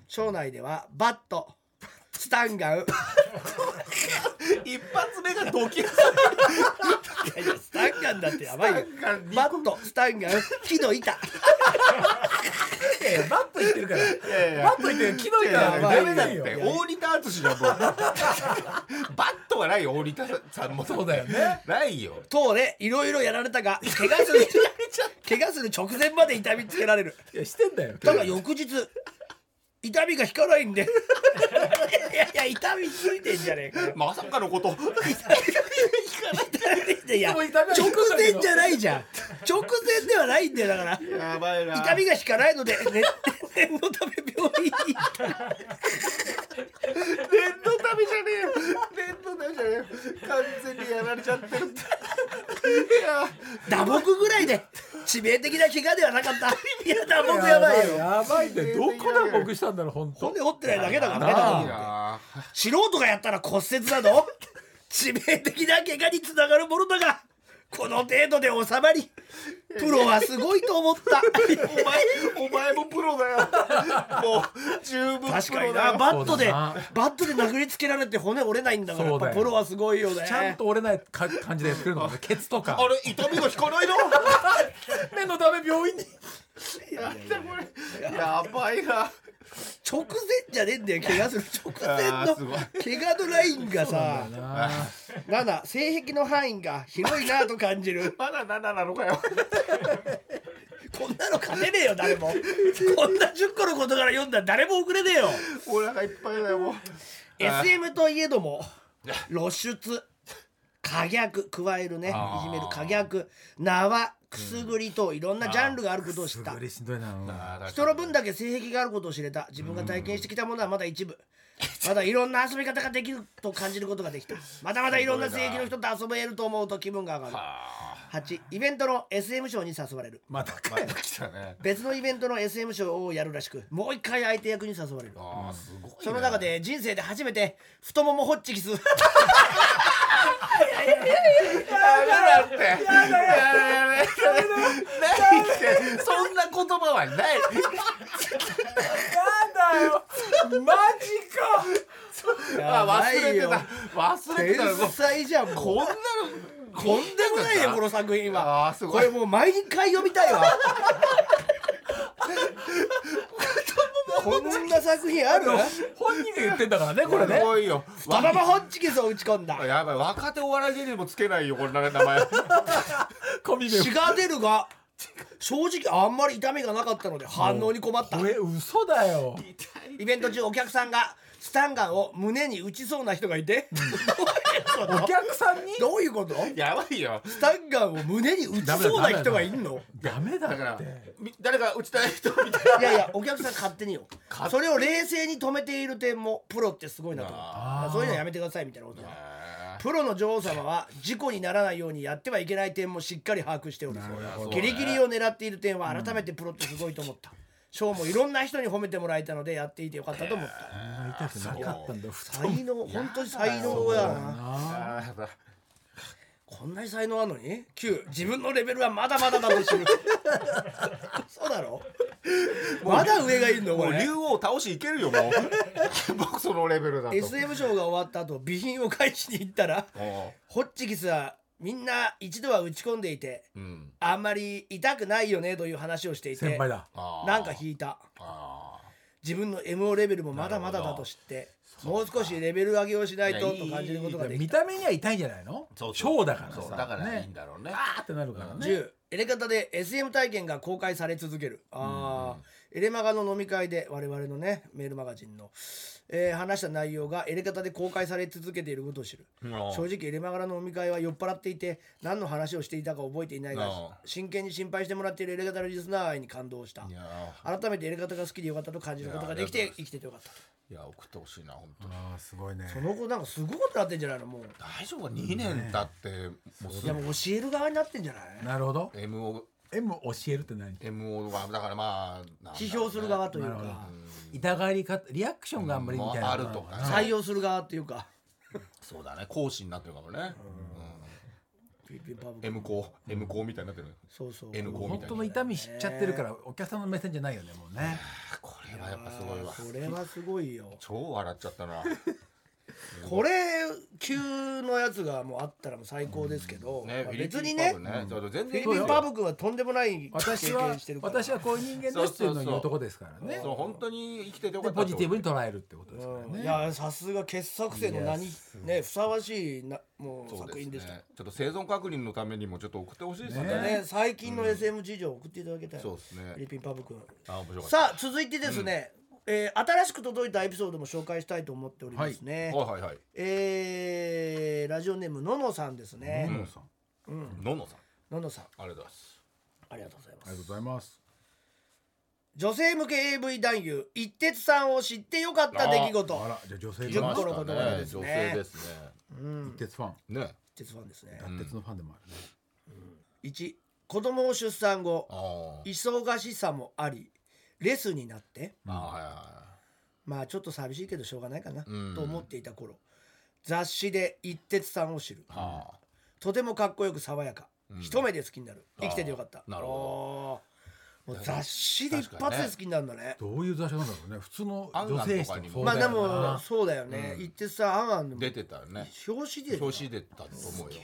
ショー内ではバットスタンガン
一発目がドキッ
いやいやスタンガンだってやばいよ
スタンガン二個
バットスタンガン木の板
いやいやバッと言ってるから
やいや
バッと言ってる木の板
い
は
や
ダ
ダ
メ
メ
だ
だっ
よ
て大仁田淳じゃんもうバットはないよ大仁田さんも
そうだよね
ないよ
等でいろいろやられたが怪我する怪我する直前まで痛みつけられる
いやしてんだよ
ただ翌日痛みが引かないんでいやいや痛みついてんじゃねえかよ
まさかのこと
いや直前じゃ
でも痛みは引くんだけど
ないじゃん直前ではないんだよだから
やばいな
痛みが引かないので、ね、念のため病院に行った
念のためじゃねえよ念のためじゃねえよ完全にやられちゃってるっていや
打撲ぐらいで致命的な怪我ではなかったいや打撲やばいよ
やばいってどこだ僕したんだろう本当
骨折ってないだけだからね
やばい
打
い
撲って
や
素人がやったら骨折など致命的な怪我につながるものだがこの程度で収まりプロはすごいと思った
お前お前もプロだよもう十分プロだよ
確かになバットで
そう
バ
だ
ットで殴りつけられて骨折れないんだからや
そ
っ
うだ
ぱ
よ
プロはすごいよね
ちゃんと折れないか感じでやって るのかなケツとか
あれ痛みが引かないの
念のため病院に
やばいな
直前じゃねえんだよ怪我する直前
あ
の
ーすごい
怪我のラインがさ
あ
7性癖の範囲が広いなと感じる
まだ7なのかよ
こんなの勝てねえよ 誰もこんな10個のことから読んだら誰も遅れねえよ
お腹いっぱいだよもう
SM といえども露出可逆加えるねいじめる可逆縄くすぐりといろんなジャンルがあることを知っ
ー
た
すごいしんどいなうん
人の分だけ性癖があることを知れた自分が体験してきたものはまだ一部まだいろんな遊び方ができると感じることができたまだまだいろんな性癖の人と遊べると思うと気分が上がる8イベントの SM ショーに誘われる
またか
ま
よ
た来たね
別のイベントの SM ショーをやるらしくもう一回相手役に誘われる
あーすごいね
その中で人生で初めて太ももホッチキス
やめろってやだやだやだやだないってそんな言葉はない
やだよマジ
あ忘れてた忘れてた
天才じゃんもう
こんなの
とんでもないねこの作品は
あーす
こ
ごい
れもう毎回読みたいわこんな作品ある
か本人が言ってんだからねこれね
すごいよ
バババホッチキスを打ち込んだ
わやばい若手お笑い芸人もつけないよこんな名前
コミ
血が出るが正直あんまり痛みがなかったので反応に困った
これ嘘だよ
イベント中お客さんがスタンガンを胸に打ちそうな人がいてどういう
お
こと
客さんに
どういうこと
やばいよ
スタンガンを胸に打ちそうな人がいんの
ダメだ
だから
って
み誰か打ちたい人みたい
いやいやお客さん勝手によ
勝手
それを冷静に止めている点もプロってすごいなと思った
あー
そういうのやめてくださいみたいなことだ
な
プロの女王様は事故にならないようにやってはいけない点もしっかり把握しておる
ほど
ギリギリを狙っている点は改めてプロってすごいと思った、ショーもいろんな人に褒めてもらえたのでやっていてよかったと思った、
痛くなかったんだ普通
才能本当に才能やな
あー
こんなに才能あるのに9自分のレベルはまだまだだと知る そうだろまだ上がいるの
も
こ
う
れ
竜王倒しいけるよも う僕そのレベルだと
SM ショーが終わった後備品を返しに行ったら
お
ホッチキスはみんな一度は打ち込んでいて
ううん
あんまり痛くないよねという話をしてい
先
て
輩だ
あー
なんか引いた
あ
自分の MO レベルもまだまだだと知ってもう少しレベル上げをしないと
いや
と感じることができ
見
た
た目には痛いんじゃないの
そう
ショーだから
そう
さ
だからいいん
ね
だろうね
あーってなるからね
10エレカタで SM 体験が公開され続けるあーエレマガの飲み会で我々のねメールマガジンの、えー話した内容がエレカタで公開され続けていることを知る正
正
直エレマガラの飲み会は酔っ払っていて何の話をしていたか覚えていないが
ああ
真剣に心配してもらっているエレガタのリスナー愛に感動した
いや
改めてエレガタが好きでよかったと感じることができ
いやあり
て生
がとうございます
きててよかった
いや送ってほしいな本当に
あーすごいね
その子なんかすごいことなってんじゃないのもう
大丈夫か2年経ってもう
い
す
や
ぐ
もう教える側になってんじゃない
なるほど
MO
M 教えるって何
MO はだからまあなんだろうね
批評する側という
なるほ
か
痛がり方リアクションがあんまりみたいな
あるとかね
採用する側というか
そうだね講師になってるかもね
ピッピッパブ
M 校 M 校みたいになってる
そうそう
N 校み
本
たい
当
な
の痛み知っちゃってるからお客さんの目線じゃないよねもうね
これはやっぱすごいわ
これはすごいよ
超笑っちゃっ たな
これ級のやつがもうあったらもう最高ですけど、ま
ねフ
あ
ィリ
別
ピ
に
ンパ
ね
ブねちょっと全
フィ
然
リ
いい
ピ
よ
ンパブ君はとんでもない
私
経
は
験してるから
私はこういう人間ですっていうのを言うとこですからね
そう本当に生きててよか
で
った
ポ
と
ジティブに捉えるってことですから
うんい
ね
やさすが傑作生の名にねふさわしいなもう
そう
作
です
品でした
ねちょっと生存確認のためにもちょっと送ってほしいですね
またね最近の SM 事情を送っていただけたら
そう
フ
ですね
ィリピンパブ君
あ面白かった
さあ続いてですねえー新しく届いたエピソードも紹介したいと思っておりますね
はいはいはい
えーラジオネームののさんですね
野々さんあ
ののさん
ののさん
ありがとうございます
ありがとうございま
り
す
がとうございます
女性向け AV 男優一徹さんを知ってよかった出来
あ
事
らじゃあ女性
10
が
個の言葉がですね
女性ですね
一徹ファン
ね
一徹ファンですね
一徹のファンでもあるね
1子供を出産後
あー
忙しさもありレスになって
あーはいはいはい
まあちょっと寂しいけどしょうがないかな、
うん
と思っていた頃雑誌で一徹さんを知る
あ
とてもかっこよく爽やか、
うん
一目で好きになる生きててよかった
あーなるほ
どもう雑誌で一発で好きになるんだね
どういう雑誌なんだろうね普通の女性誌とかそう
まあ
だ
で
よな
もそうだよね、一徹さんあんあんで
ー
も
出てたよね
表紙で
表紙出てたと思うよ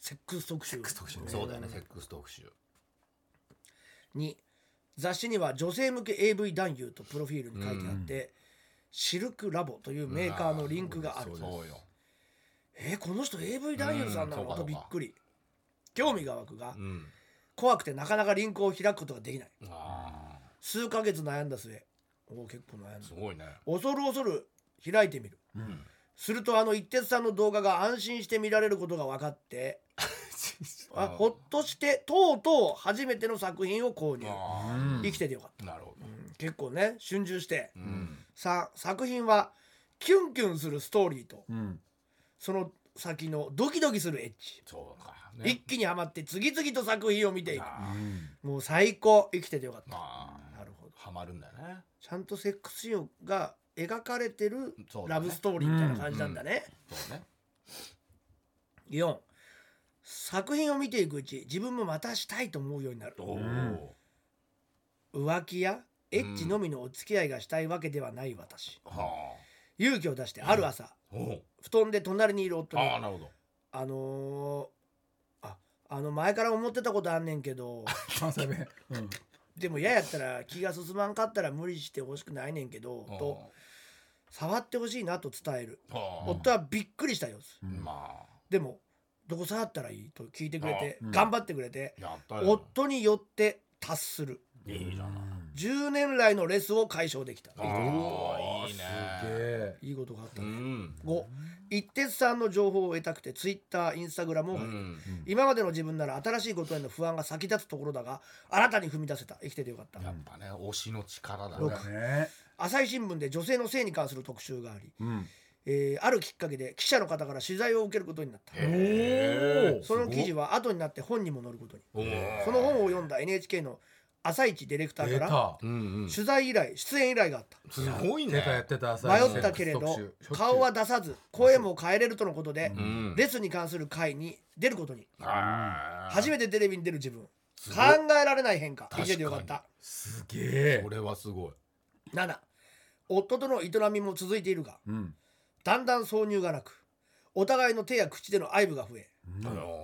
セックス特集
そうだよねセックス特集
に雑誌には女性向け AV 男優とプロフィールに書いてあって、シルクラボというメーカーのリンクがある、
そうよ
えーこの人 AV 男優さんな
う
の
んそうか
と
そうか
びっくり興味が湧くが、
うん
怖くてなかなかリンクを開くことができない
あ
数ヶ月悩んだ末おお結構悩ん
ー
だ
すごいね
恐る恐る開いてみる、
ん
するとあの一徹さんの動画が安心して見られることが分かってあほっとしてとうとう初めての作品を購入
あ
生きててよかった
ーなるほど
結構ね春秋して、
うん
3作品はキュンキュンするストーリーと
うん
その先のドキドキするエッジ、
そうか
一気にハマって次々と作品を見ていく
あー
もう最高生きててよかった
まあ
なるほど
ハマるんだよね
ちゃんとセックスシーンが描かれてる
そうだ
ラ
ね
ブストーリーみたいな感じなんだね
そうね
4作品を見ていくうち自分もまたしたいと思うようになる
おお
浮気やエッチのみのお付き合いがしたいわけではない私、
は
勇気を出してある朝、
あお
布団で隣にいる夫に
ああなるほど
あのーああの前から思ってたことあんねんけ ど
関西弁うん
でも嫌やったら気が進まんかったら無理してほしくないねんけどと触ってほしいなと伝える
はあ
夫はびっくりした様子
うん
ま
でも「どこ触ったらいい?」と聞いてくれて
あうん
頑張ってくれて
あやったよ
夫によって達する
いいじゃない
10年来のレスを解消できた
ああいいね
すげえ
いいことがあった
う
ね
ん
5一徹さんの情報を得たくて TwitterInstagram を
う
始めた
ん
今までの自分なら新しいことへの不安が先立つところだが新たに踏み出せた生きててよかった
やっぱね推しの力だ
六
ね
ね
朝日新聞で女性の性に関する特集があり、
うん
えーあるきっかけで記者の方から取材を受けることになった
へ
その記事は後になって本にも載ることに
おお
その本を読んだ NHK の朝一ディレクター
出
から
た
うんうん
取材依頼出演依頼があった
すごい
出たや
ね
ってた朝
迷ったけれど顔は出さず声も変えれるとのことで
うん
レスに関する会に出ることに
ああ
初めてテレビに出る自分考えられない変化生きててよかった
すげえ
こ。れはすごい
7夫との営みも続いているが
うん。
だんだん挿入がなくお互いの手や口での愛撫が増え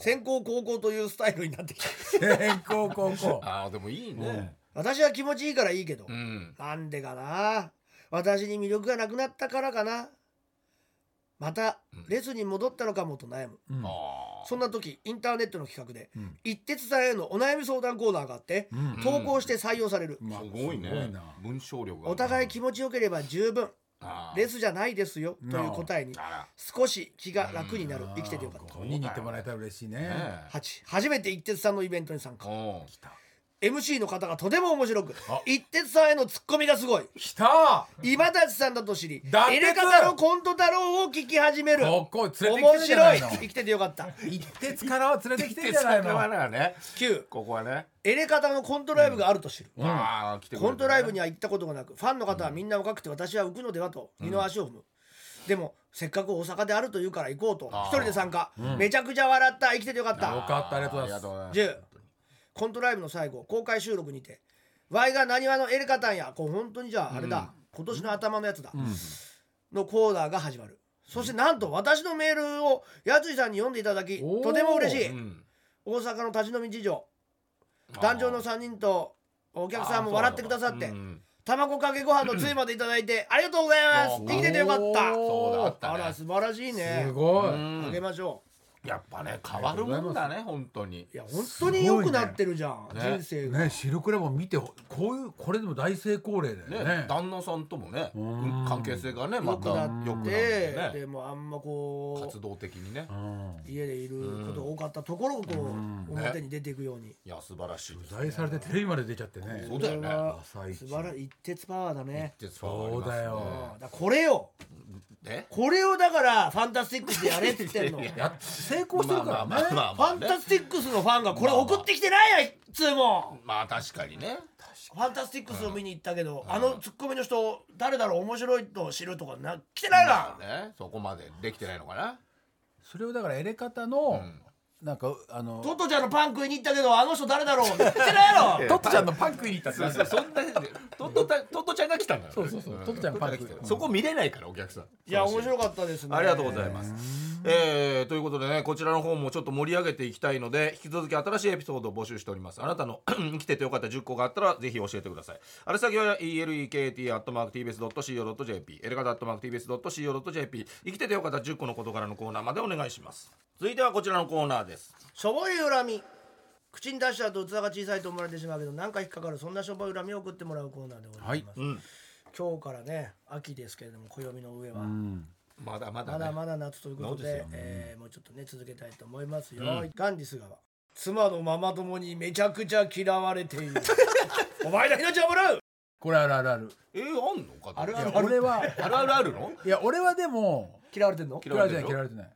先行後攻というスタイルになってきた
先行高 校。
ああでもいいね
私は気持ちいいからいいけど、
うん
なんでかな私に魅力がなくなったからかなまたレスに戻ったのかもと悩む
うん
あ
そんな時インターネットの企画で
うん
一徹さんへのお悩み相談コーナーがあって
うん
投稿して採用される
まあ
あすごいね
すごいな
文章力が
お互い気持ちよければ十分
あー
レスじゃないですよという
なあ
答えに
あら
少し気が楽になる生きててよかっ
こ
た
こに行ってもらえたら嬉しいね。
ねえ
8初めて一徹さんのイベントに参加
うん
MC の方がとても面白く一徹さんへのツッコミがすごい
来た。
今立さんだと知り
だって
エレカタのコント太郎を聞き始める
こ
面
こ連れてきてんじゃ
白
な
い
いの。
生きててよかった
一徹からは連れてきてん
で
じゃない
そこは
の。
だね
9
ここはね
エレカタのコントライブがあると知る、
ん
ああ来てくれ
コントライブに
は
は行ったことがなくファンの方はみんな若くて私は浮くのではと二の足を踏む、でもせっかく大阪であるというから行こうと
あ
一
ー
人で参加、めちゃくちゃ笑った生きててよかっ
よ
た
かったありがとうございます。
ます
10コントライブの最後公開収録にて Y がなにわのエレカタンやこう本当にじゃああれだ、今年の頭のやつだ、のコーナーが始まるそしてなんと私のメールをやついさんに読んでいただき
おー
とても嬉しい、
うん
大阪の立ち飲み事情壇上の3人とお客さんも笑ってくださって
うん
卵かけご飯のつゆまでいただいてありがとうございます
うん
生きててよかった
そうだあった
あ
ね
ら素晴らしいね
すごい。
うん
あげましょ
やっぱね変わるもんだね本当に
ういや本当に良くなってるじゃん、
すごいね
人生が、
ねシルクラボン見てこういうこれでも大成功例だよね。
ね旦那さんともね
うん
関係性がねま
良く
た
な
良
っ
く
て
なっ
で,、
てね
もあんまこ
活動的にね
うん。
う家でいることが多かったところをこう、
うん
表に出ていくように、
いや素晴らしいです
取材されてテレビまで出ちゃってね。
そうだよね
これは
朝一
素晴らしい一徹パワーだね、
で伝わりますね
そうだよ
うんだからこれよ
え
これをだからファンタスティックスでやれって言ってんの
や成功してるから
ま
ね。
あまあまあ
ファンタスティックスのファンがこれ送ってきてないやんいっつも
まあ確かにね
ファンタスティックスを見に行ったけど、あのツッコミの人誰だろう面白いと知るとかな来てないな、
ねそこまでできてないのかな
それをだからエレカタのなんかあの
トトちゃんのパン食いに行ったけどあの人誰だろう 来てないやろ
トットちゃんのパンクに行った
そうそうそんなトットタトットちゃんが来たんだよ
そうそうそうトットちゃんがパンク
トットちゃんが来たそこ見れないからお客さん
いや面白かったですね
ありがとうございます。えーということでねこちらの方もちょっと盛り上げていきたいので引き続き新しいエピソードを募集しておりますあなたの 生きててよかった10個があったらぜひ教えてくださいあれ先は elekt.tbs.co.jp エレガタ .tbs.co.jp 生きててよかった10個の事柄のコーナーまでお願いします続いてはこちらのコーナーです
しょぼい恨み口に出しちゃうと器が小さいと思われてしまうけどなんか引っかかるそんなしょぼい恨みを送ってもらうコーナーでございます、
うん
今日からね秋ですけれども暦の上は、
まだま
ま
だね
だまだ夏ということ
そうです
で
よ
えーもうちょっとね続けたいと思いますよ、ガンディス川妻のママ友にめちゃくちゃ嫌われている お前の命をもらう
これあるあるある
えー、あんのか
あるあ
い
る
や俺は
あるあるあるの
いや俺はでも
嫌われてんの
嫌
嫌わ
わ
れ
れ
て
てるよ
ない嫌われてない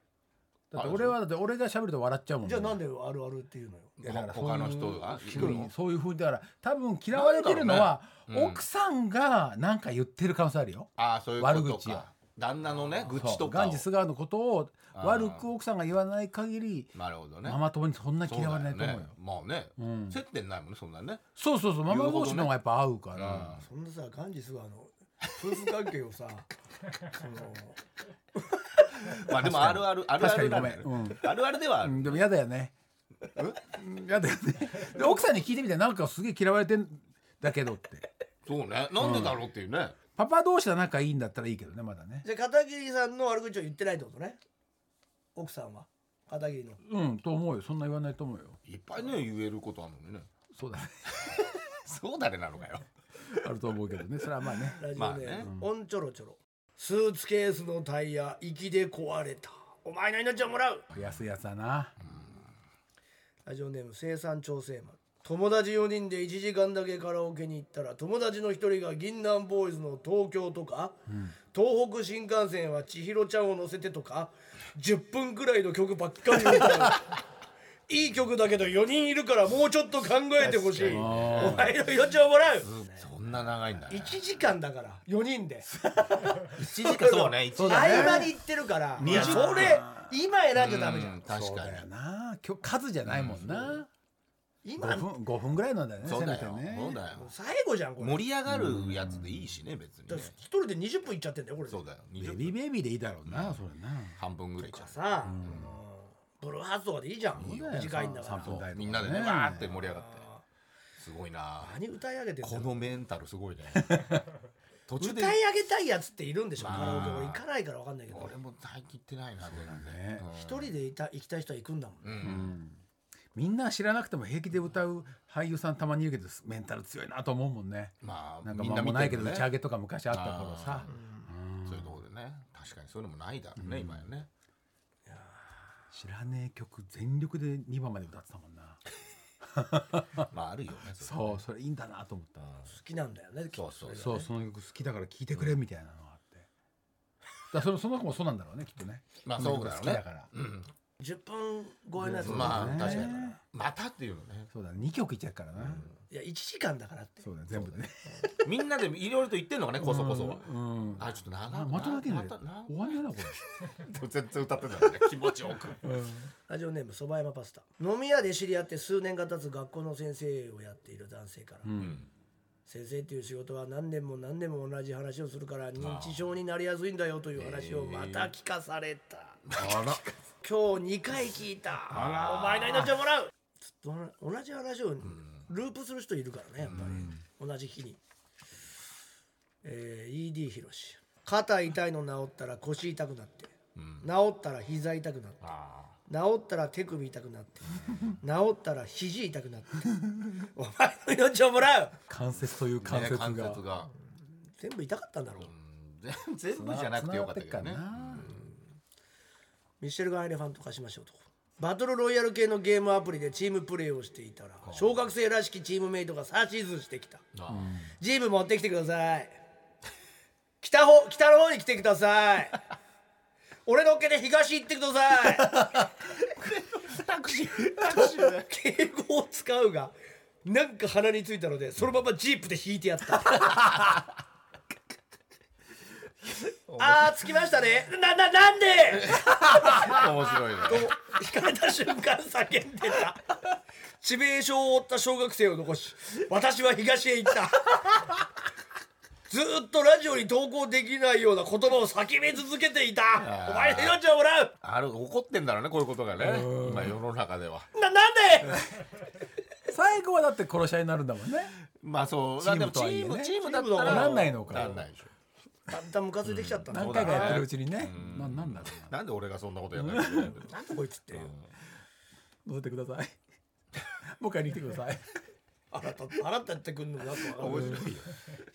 だって俺はだって俺が喋ると笑っちゃうもん
じゃあなんであるあるっていうのよ
いやだからそういう
他の人がい
そう
る
いう
の
そういうふうにだから多分嫌われてるのは、
なんだろうねうん
奥さんがなんか言ってる可能性あるよ
ああそういうことか
悪口や
旦那のね愚痴と
そう
かを
ガンジス川のことを
あー
悪く奥さんが言わない限り
なるほどね
ママ友にそんな
そうだ
嫌われないと思うよ
ね、まあね、
ん
接点ないもんねそんなね
そうそうそうママ同士の方がやっぱ合うか
うん
ら、
そんなさガンジス川の夫婦関係を さその
まあでもあるあるあるあるだね
確かにごめん
あるあるではあ
う
る
ん、でも嫌だよねうん嫌だよねで奥さんに聞いてみてなんかすげえ嫌われてんだけどって
そうねなんでだろうっていうね、
パパ同士は仲いいんだったらいいけどねまだね
じゃあ片桐さんの悪口を言ってないってことね奥さんは片桐の
うんと思うよそんな言わないと思うよ
いっぱいね言えることあるのにね
そうだね
そうだねなのかよ
あると思うけどねそれはまあね
ラジ
ま
オ
あ
ネー
ね
ム、オンチョロチョロスーツケースのタイヤ息で壊れたお前の命をもらう
安いやつだな
ラジオネーム生産調整マン友達4人で1時間だけカラオケに行ったら友達の1人が銀杏ボーイズの東京とか、東北新幹線は千尋ちゃんを乗せてとか10分くらいの曲ばっかり歌ういい曲だけど4人いるからもうちょっと考えてほしい、お前の命をもらう
そんな長いんだね
1時間だから4人で
一時間そうね一時
合
間
間に行ってるからいやそれ今選んじゃダメじゃん
うん確か
そうだよな今日数じゃないもんな、
今
5分5分ぐらいなんだよね
そうだ
せ
よ
めてね
そうだよ
最後じゃんこれ
盛り上がるやつでいいしね別に
だ
ね
から一人で20分いっちゃってんだよこれ
そうだよ
ベ
20
ビーベイビーでいいだろうな、それな
半分ぐらいじゃん
さあ、ブルーハーツとかでいいじゃん短いんだか
3分
ら
台とか
みんなでねわーって盛り上がってすごいな
何歌い上げてんだ
こ
よ
のメンタルすご いね途中で
歌い上げたいやつっているんでしょ、
まあ
カラオケ俺行かないから分かんないけど
俺も最近行ってないな全然
ね
うん
一人でいた行きたい人は行くんだもん、
う
ね
ん
みんな知らなくても平気で歌う俳優さんたまにいるけどメンタル強いなと思うもんね
まあ
なんか
みん
ま
な
あ
見
もうな
て
いけ
る
ど
ね
打ち上げとか昔あった頃さ
そういうところでね確かにそういうのもないだろうね今やね
知らねえ曲全力で2番まで歌ってたもんな
まああるよねそれ
そうそれいいんだなと思った
好きなんだよねきっと
そうそう
そうその曲好きだから聴いてくれみたいなのがあってだからそのその子もそうなんだろうねきっとね
まあ
の
そう
曲
だろう
好き
ね
だから
10分超えのやつ、
まあ
ね
確かにまたっていうのね
そうだね2曲いっちゃうからな
いや1時間だからって
そうだね全部でね
みんなでいろいろと言ってんのかねこそこそ
うん
あちょっと長
あ
い
まただけで
たな
終わんねえなこれ
全然歌ってたよね気持ちよく
ラジオネームそば山パスタ飲み屋で知り合って数年が経つ学校の先生をやっている男性から、
ん
先生っていう仕事は何年も何年も同じ話をするから認知症になりやすいんだよという話をまた聞かされた、
あら
今日2回聞いたお前の命をもらうずっと同じ話をループする人いるからねやっぱり同じ日に、えー、ED ひろし肩痛いの治ったら腰痛くなって、治ったら膝痛くなって
あ
治ったら手首痛くな って治ったら肘痛くなってお前の命をもらう
関節という
ー
関
ね
節
関
が
節が
全部痛かったんだろう、
全全部じゃなくてよかったけどね
繋がってっからな
ミシェルガン・エレファント化しましょうとバトルロイヤル系のゲームアプリでチームプレーをしていたら小学生らしきチームメイトが指図してきた
あ
「ジム持ってきてください」北方北の方に来てください 俺のっけで東行ってくださいタクシータクシーね敬語を使うがなんか鼻についたのでそのままジープで引いてやった あー着きましたねなななんで
面白いね
引かれた瞬間叫んでた致命傷を負った小学生を残し私は東へ行ったずーっとラジオに投稿できないような言葉を叫び続けていたお前の命をもらう
あれ怒ってんだろうねこういうことがね今世の中では
ななんで
最後はだって殺し合いになるんだもんね
まあそう
チームとはいえね
でもチームチームだった
チームだ
ら
から
なんないのか
なんないでしょ
だんだんムカついてきちゃったな、
何回かやってるうちにねななんだろう
なんで俺がそんなことやんないといけないんだよ
なんだこいつって
な乗せてくださいもう一回に来てください
あなたあなたやってくんのもなんか
面白いよ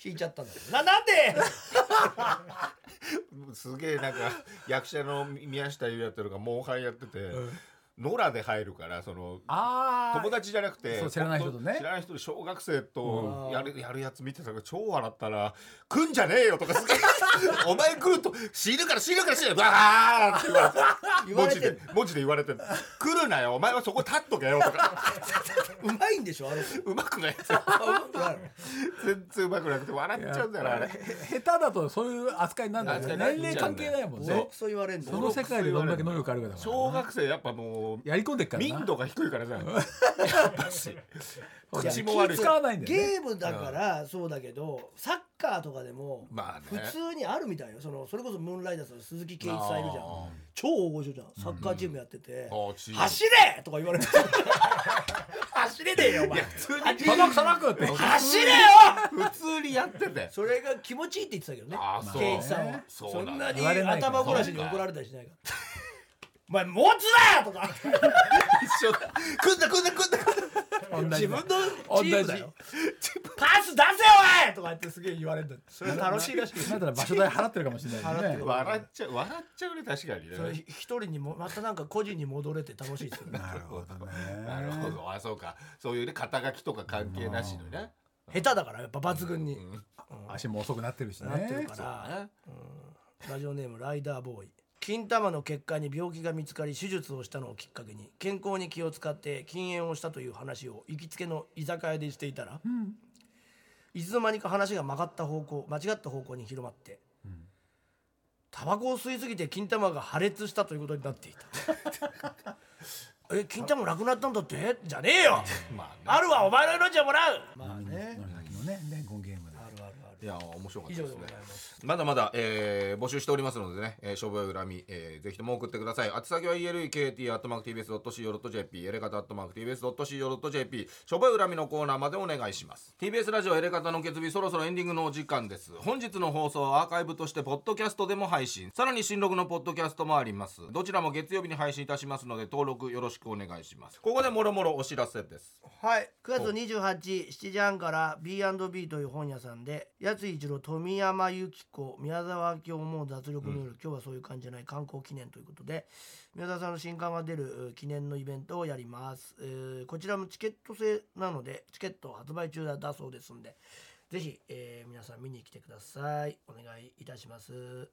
引いちゃったんだけどななんです
げえなんか役者の宮下優やってるがモンハンやってて、野良で入るからその
あ
友達じゃなくて
そう知らない人とね
知らない人で小学生とやる,、やるやつ見てたから超笑ったら「来んじゃねえよ」とかす げえ「お前来ると死ぬから死ぬから死ぬから」バーって言われ
言われ
て文 字
てん
で
の
文字で言われてる「来るなよお前はそこ立っとけよ」とか
うまいんでしょあれ
うまくないですよ 全然うまくなくて笑っちゃうんだよなあれ。
下手だとそういう扱いになるんだよね
扱い
年
になっ
齢
ちゃう
関
んだ
係
よ
ないもん
ボロ
ね
クソ言われん
そ
の
の世界でどんだけ能力あるかだから
小学生やっぱもう
やり込んでっからな
民度が低いからじゃん やっぱし口も
いや
悪い
気使わないんだよね
ゲームだからそうだけどサッカーとかでも
まあね
普通にあるみたいよそのそれこそムーンライダーズの鈴木圭一さんいるじゃん
あー
超大御所じゃんサッカーチームやってて
あーチ
「
ーム
走れ!」とか言われる走れねえよお前
砂漠砂漠って
走れよ
普通にやってて
それが気持ちいいって言ってたけどね
あーそう
圭一さんは
そう
そ
なん
ん
だ
なに
言われないから
頭ごなしに怒られたりしないから お前持つなとか
一緒だ組んだ組んだ組んだ組んだ
同
自
じ
分
だ
のチームだよパス出せよおいとか言ってすげえ言われるんだってそれは楽しいらしいよ
なんだら場所代払ってるかもしれない
払って
ね
る
笑っちゃう笑っちゃうね確かにね
それ一人にもまたなんか個人に戻れて楽しいですよね
なるほどね
なるほどあそうかそういうね肩書きとか関係なしのね
下手だからやっぱ抜群に
足も遅くなってるし
なってる
ね
から、うんラジオネームライダーボーイ金玉の血管に病気が見つかり手術をしたのをきっかけに健康に気を使って禁煙をしたという話を行きつけの居酒屋でしていたら、いつの間にか話が曲がった方向間違った方向に広まって、タバコを吸いすぎて金玉が破裂したということになっていた え金太もなくなったんだってじゃねえよ あるわお前の命はもらうまあね
の先のね伝言ゲームで
いや面白かった
以上
で
ですご
ね
ざいます
まだまだ、えー募集しておりますのでね、えー、しょぼい恨み、えーぜひとも送ってください。宛先は elekt.tbs.co.jp、エレカタ .tbs.co.jp、しょぼい恨みのコーナーまでお願いします。TBS ラジオエレカタの決日、そろそろエンディングのお時間です。本日の放送はアーカイブとして、ポッドキャストでも配信、さらに新録のポッドキャストもあります。どちらも月曜日に配信いたしますので、登録よろしくお願いします。ここでもろもろお知らせです。
はい9月287時半から B&B という本屋さんで八つ一郎富山由紀子宮沢明夫を思う脱力の夜、今日はそういう感じじゃない観光記念ということで宮沢さんの新刊が出るう記念のイベントをやります、えーこちらもチケット制なのでチケット発売中だそうですんでぜひ、えー皆さん見に来てくださいお願いいたします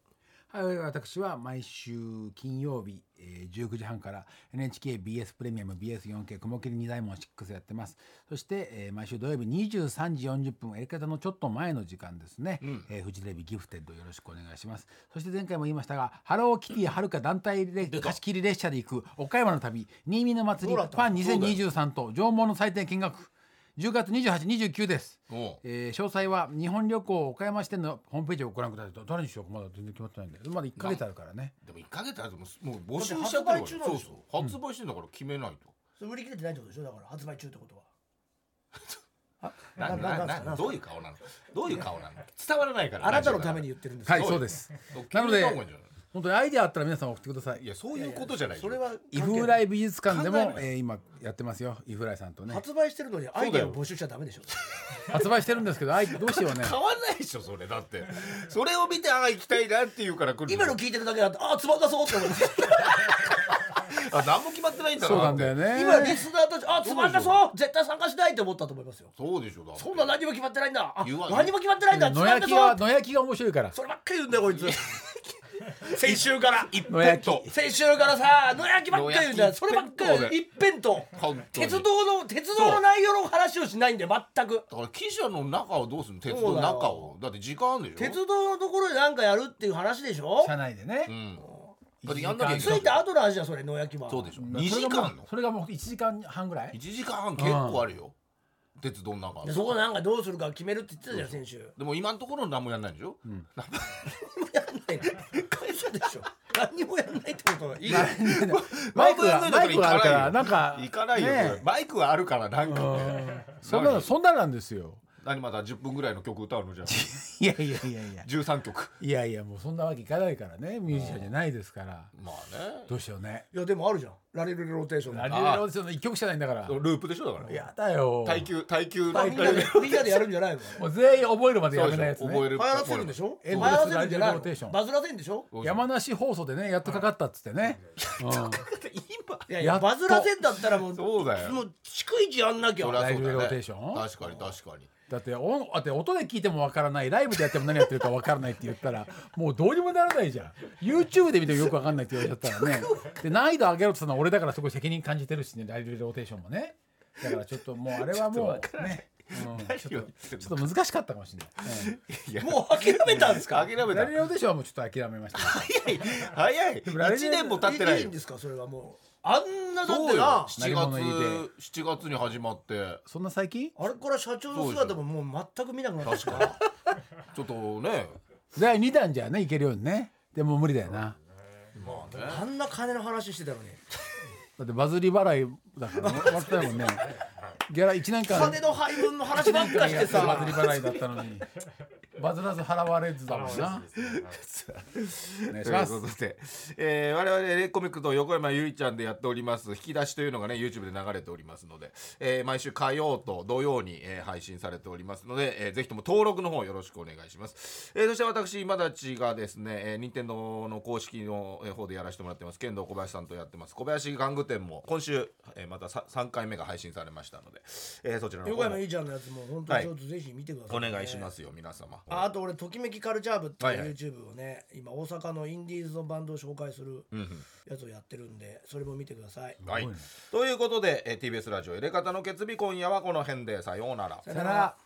はい、私は毎週金曜日、えー、19時半から NHKBS プレミアム BS4K 雲霧二大門6やってますそして、えー毎週土曜日23時40分やり方のちょっと前の時間ですね、えーフジテレビギフテッドよろしくお願いしますそして前回も言いましたがハローキティはるか団体れ貸し切り列車で行く岡山の旅新見の祭り
どう
パ
だった
ン2023と縄文の祭典見学10月28、29です。
おう
えー詳細は日本旅行岡山支店のホームページをご覧くださいと誰にしようかまだ全然決まってないんでまだ1か月あるからね
でも1ヶ月あるともうもう募集しちゃってるから
だって発売中なんでしょ
そうそう発売してんだから決めないと、
それ売り切れてないってことでしょだから発売中って ことは
ななな
な
どういう顔なのどういう顔なの伝わらないから
あなたのために言ってるんです
はい
そう
そう
で
です
なの
なの
で
で
いい
本当にアイデアあったら皆さん送ってください
やそういうことじゃない
それは
イフライ美術館でも
考え、ろ
えー今やってますよイフライさんとね
発売してるのにアイデアを募集しちゃダメでしょ
発売してるんですけどアイどうしようね
変わんないでしょそれだってそれを見てああ行きたいなっていうから来るでしょ
今の聞いてるだけだとあつまんなそうって 思う
あ何も決まってないんだな
そうなん
って
だよね
今リスナーたちあつまんなそう絶対参加しないって思ったと思いますよ
そうでしょだって
そんな何も決まってないんだあ
言わ
何も決まってないんだつま
野
んな
焼き
そ
が
う
野焼きが面白いから
そればっかり言うんだよこいつ先週から
一
野
辺
焼き
と
先週からさ野焼きばっかり言うんだよそればっかり一辺倒
本当に
鉄道の鉄道の内容の話をしないんだよ全く
だから記者の中をどうするの鉄
そう
道の
だよ
中をだって時間あるでしょ
鉄道のところで何かやるっていう話でしょ
社内でね、
うん
一
だって
時
や
間
んなきゃいけ
つ
ない
いた後の話だそれ野焼きは
そうでしょ
うん
2時間あんの
それがもうそれがもう1時間半ぐらい
1時間半結構あるよ鉄道の中
でそこなんかどうするか決めるって言ってたじゃん先週
でも今のところ何もやんないでしょ
やんない会社でしょ何にもやんないってことはいいよ
マイクがマイクがあるからなんか
行かないよ、
ね
これマイクがあるからなんか、
うん
ね、
そんなのそんななんですよ
何まだ10分ぐらいの曲歌うのじゃあ
いやいやいやいや
13曲
いやいやもうそんなわけいかないからねミュージシャンじゃないですから
まあ
どうしようね
いやでもあるじゃんラリルローテーション
ラ
が
ジオロードの一曲じゃないんだから
ねループでしょだから
やだよ
耐久耐久
みんなでみんなでやるんじゃないの
もう全員覚えるまで
そ
や
うで
め
し
ない
ょ
やつね
覚える
流行らせるんでしょ
エ
流
ン
行
ドレス
らせるんじゃない
ラリルローテーショ
の
ン
バズらせんでしょ
覚える
山梨放送でねやっとかかったっつってね、うん
今
いやい
や
や
っと
バズらせんだったらもう
そうだよ
もう逐一やんなきゃ
そりゃ
あ
そうだ
ライ
よ
ブロ
ね
ーテーション
確かに確かに
だって音だって音で聞いてもわからないライブでやっても何やってるかわからないって言ったらもうどうにもならないじゃん YouTube で見てもよくわかんないって言われちゃっ たらねで難易度上げろって言ったのは俺だからすごい責任感じてるしねライブローテーションもねだからちょっともうあれはもうねうん
何を
ち
言
ょ
っ
ってと
ん
ちょっと難しかったかもしれ ない、うん
もう諦めたんですか
諦めた
ラリルローテーションはもうちょっと諦めました
早い早い
もラリル
1年も経ってない
いい
よ
んですかそれはもうあんなだっ
そ
て
うよ
な
7
何者入
月7月に始まって
そんな最近
あれから社長の姿ももう全く見なくなった
確かにちょっとね
第2弾じゃねいけるようにねでも無理だよな
まあね
あんな金の話してたのに
だってバズり払いだからね終わったもんねギャラ1年間
金の配分の話ばっかして
バズ
さ
り払いだったのにバズらず払われずだもんな
と
お願いし
い
ま
う
す
ことで、えー、我々レコミックと横山由依ちゃんでやっております引き出しというのがね YouTube で流れておりますので、えー毎週火曜と土曜に、えー配信されておりますので、えーぜひとも登録の方よろしくお願いします、えーそして私今立がですね、えー、任天堂の公式のえー方でやらせてもらってます剣道小林さんとやってます小林玩具店も今週、えーまた 3, 回目が配信されましたので、えーそちらの
横
方も
山ゆいちゃんのやつも本当にちょっとぜひ見てください
お
ね
願いしますよ皆様
ああと俺ときめきカルチャー部って
はい
い
はいう
YouTube をね今大阪のインディーズのバンドを紹介するやつをやってるんでそれも見てください
はい、ということで、えー TBS ラジオ「エレカタの決日」今夜はこの辺でさようなら。
さ
さよなら